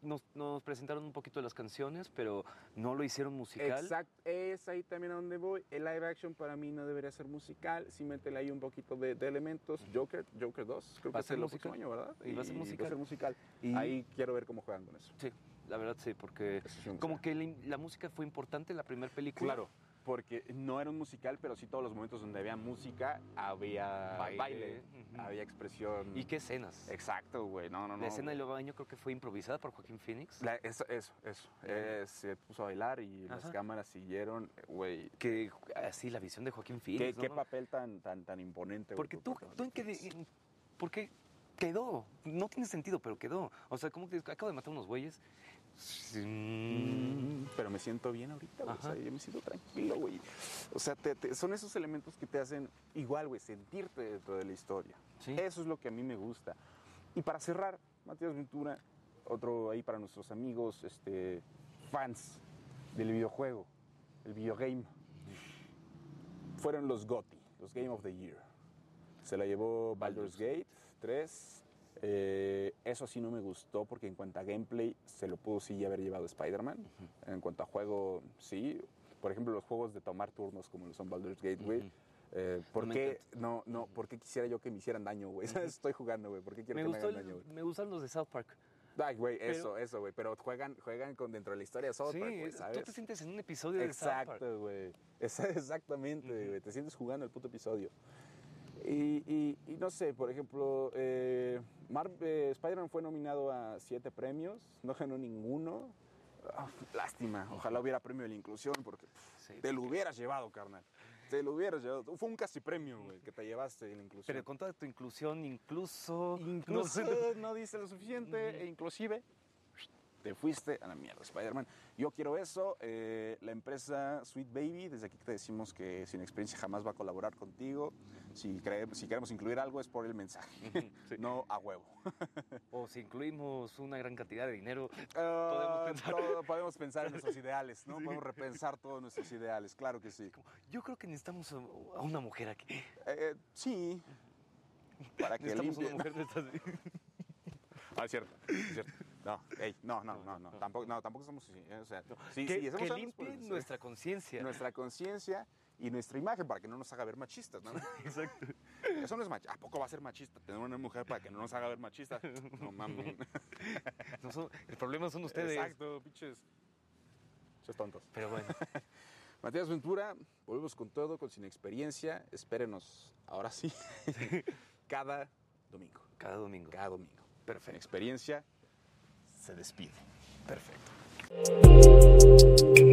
[SPEAKER 2] Nos, nos presentaron un poquito de las canciones, pero no lo hicieron musical.
[SPEAKER 1] Exacto, es ahí también a donde voy. El live action para mí no debería ser musical, sí métele ahí un poquito de, de elementos. Joker, Joker 2, creo
[SPEAKER 2] Va
[SPEAKER 1] que
[SPEAKER 2] a
[SPEAKER 1] es
[SPEAKER 2] ser
[SPEAKER 1] el
[SPEAKER 2] musical.
[SPEAKER 1] próximo año, ¿verdad?
[SPEAKER 2] Y va a ser musical.
[SPEAKER 1] musical.
[SPEAKER 2] Y-
[SPEAKER 1] Ahí quiero ver cómo juegan con eso.
[SPEAKER 2] Sí, la verdad sí, porque
[SPEAKER 1] Eso sí me
[SPEAKER 2] como
[SPEAKER 1] gusta.
[SPEAKER 2] que la, la música fue importante en la primera película.
[SPEAKER 1] Claro, porque no era un musical, pero sí todos los momentos donde había música, había
[SPEAKER 2] Ah, Baile.
[SPEAKER 1] baile, Mm.
[SPEAKER 2] Ujú.
[SPEAKER 1] había expresión.
[SPEAKER 2] ¿Y qué escenas?
[SPEAKER 1] Exacto, güey, no, no, no.
[SPEAKER 2] la escena del baño creo que fue improvisada por Joaquín Phoenix.
[SPEAKER 1] La- eso, eso, eso. Eh, se puso a bailar y las
[SPEAKER 2] Ajá.
[SPEAKER 1] cámaras siguieron, güey.
[SPEAKER 2] Que así la visión de Joaquín
[SPEAKER 1] Qué,
[SPEAKER 2] Phoenix. ¿no?
[SPEAKER 1] qué papel tan, tan, tan imponente. güey,
[SPEAKER 2] Porque
[SPEAKER 1] por
[SPEAKER 2] tú,
[SPEAKER 1] parte de
[SPEAKER 2] tú en qué,
[SPEAKER 1] Netflix.
[SPEAKER 2] de- ¿por qué quedó? No tiene sentido, pero quedó. O sea, como que acabo de matar unos bueyes. Mm,
[SPEAKER 1] Mm, Pero me siento bien ahorita, güey. O sea,
[SPEAKER 2] Ajá.
[SPEAKER 1] yo me siento tranquilo, güey. O sea, te- te- son esos elementos que te hacen igual, güey, sentirte dentro de la historia.
[SPEAKER 2] Sí.
[SPEAKER 1] Eso es lo que a mí me gusta. Y para cerrar, Matías Ventura, otro ahí para nuestros amigos, este, fans del videojuego, el videogame, fueron los GOTY, los Game of the Year. Se la llevó Baldur's Gate 3. Eh, eso sí no me gustó porque en cuanto a gameplay se lo pudo sí haber llevado Spider-Man. En cuanto a juego, sí. Por ejemplo, los juegos de tomar turnos como lo son Baldur's Gate, güey. Eh, ¿Por
[SPEAKER 2] No me
[SPEAKER 1] qué? No, no, ¿por qué quisiera yo que me hicieran daño, güey? Estoy jugando, güey. ¿Por qué quiero
[SPEAKER 2] me,
[SPEAKER 1] que me
[SPEAKER 2] gustó
[SPEAKER 1] hagan
[SPEAKER 2] el-
[SPEAKER 1] daño, güey?
[SPEAKER 2] me gustaron los de South Park.
[SPEAKER 1] Ay, güey, eso, eso, güey. Pero juegan, juegan con dentro de la historia de South
[SPEAKER 2] sí,
[SPEAKER 1] Park, güey,
[SPEAKER 2] es-
[SPEAKER 1] ¿sabes?
[SPEAKER 2] tú te sientes en un episodio de South Park.
[SPEAKER 1] Exacto, güey. Es- Exactamente, güey. Te sientes jugando el puto episodio. Y, y- y no sé, por ejemplo, eh, Mar- eh, Spider-Man fue nominado a siete premios, no ganó ninguno. Ah, lástima, ojalá hubiera premio de la inclusión, porque pff,
[SPEAKER 2] Sí.
[SPEAKER 1] te lo hubieras llevado, carnal. Te lo hubieras llevado. Fue un casi premio, güey, que te llevaste de la inclusión.
[SPEAKER 2] Pero con toda tu inclusión, incluso...
[SPEAKER 1] Incluso
[SPEAKER 2] no sé,
[SPEAKER 1] no dice lo suficiente e inclusive te fuiste a la mierda, Spider-Man. Yo quiero eso. eh, la empresa Sweet Baby, desde aquí te decimos que sin experiencia jamás va a colaborar contigo. Si, cre- si queremos incluir algo es por el mensaje,
[SPEAKER 2] sí.
[SPEAKER 1] no a huevo.
[SPEAKER 2] O si incluimos una gran cantidad de dinero,
[SPEAKER 1] Ah,
[SPEAKER 2] pensar.
[SPEAKER 1] todo- podemos pensar en nuestros ideales, ¿no? Podemos repensar todos nuestros ideales, claro que sí.
[SPEAKER 2] como, yo creo que necesitamos a a una mujer aquí.
[SPEAKER 1] Eh, sí, para que
[SPEAKER 2] Necesitamos
[SPEAKER 1] limpie.
[SPEAKER 2] una mujer de estas...
[SPEAKER 1] Ah, es cierto, es cierto. No, ey, no, no, no, no, tampoco, no, tampoco somos, sí, eh, o sea, sí,
[SPEAKER 2] que
[SPEAKER 1] sí, somos
[SPEAKER 2] que
[SPEAKER 1] ambos,
[SPEAKER 2] limpie
[SPEAKER 1] pues, sí.
[SPEAKER 2] nuestra conciencia.
[SPEAKER 1] nuestra conciencia y nuestra imagen para que no nos haga ver machistas, ¿no?
[SPEAKER 2] Exacto.
[SPEAKER 1] Eso no es machista. ¿A poco va a ser machista tener una mujer para que no nos haga ver machistas? No mames.
[SPEAKER 2] No son- el problema son ustedes.
[SPEAKER 1] Exacto, pinches. Sos tontos.
[SPEAKER 2] Pero bueno,
[SPEAKER 1] Matías Ventura, volvemos con todo, con sin experiencia. Espérenos, ahora sí, cada domingo.
[SPEAKER 2] cada domingo.
[SPEAKER 1] Cada domingo. Sin
[SPEAKER 2] Perfecto.
[SPEAKER 1] experiencia se despide. Perfecto.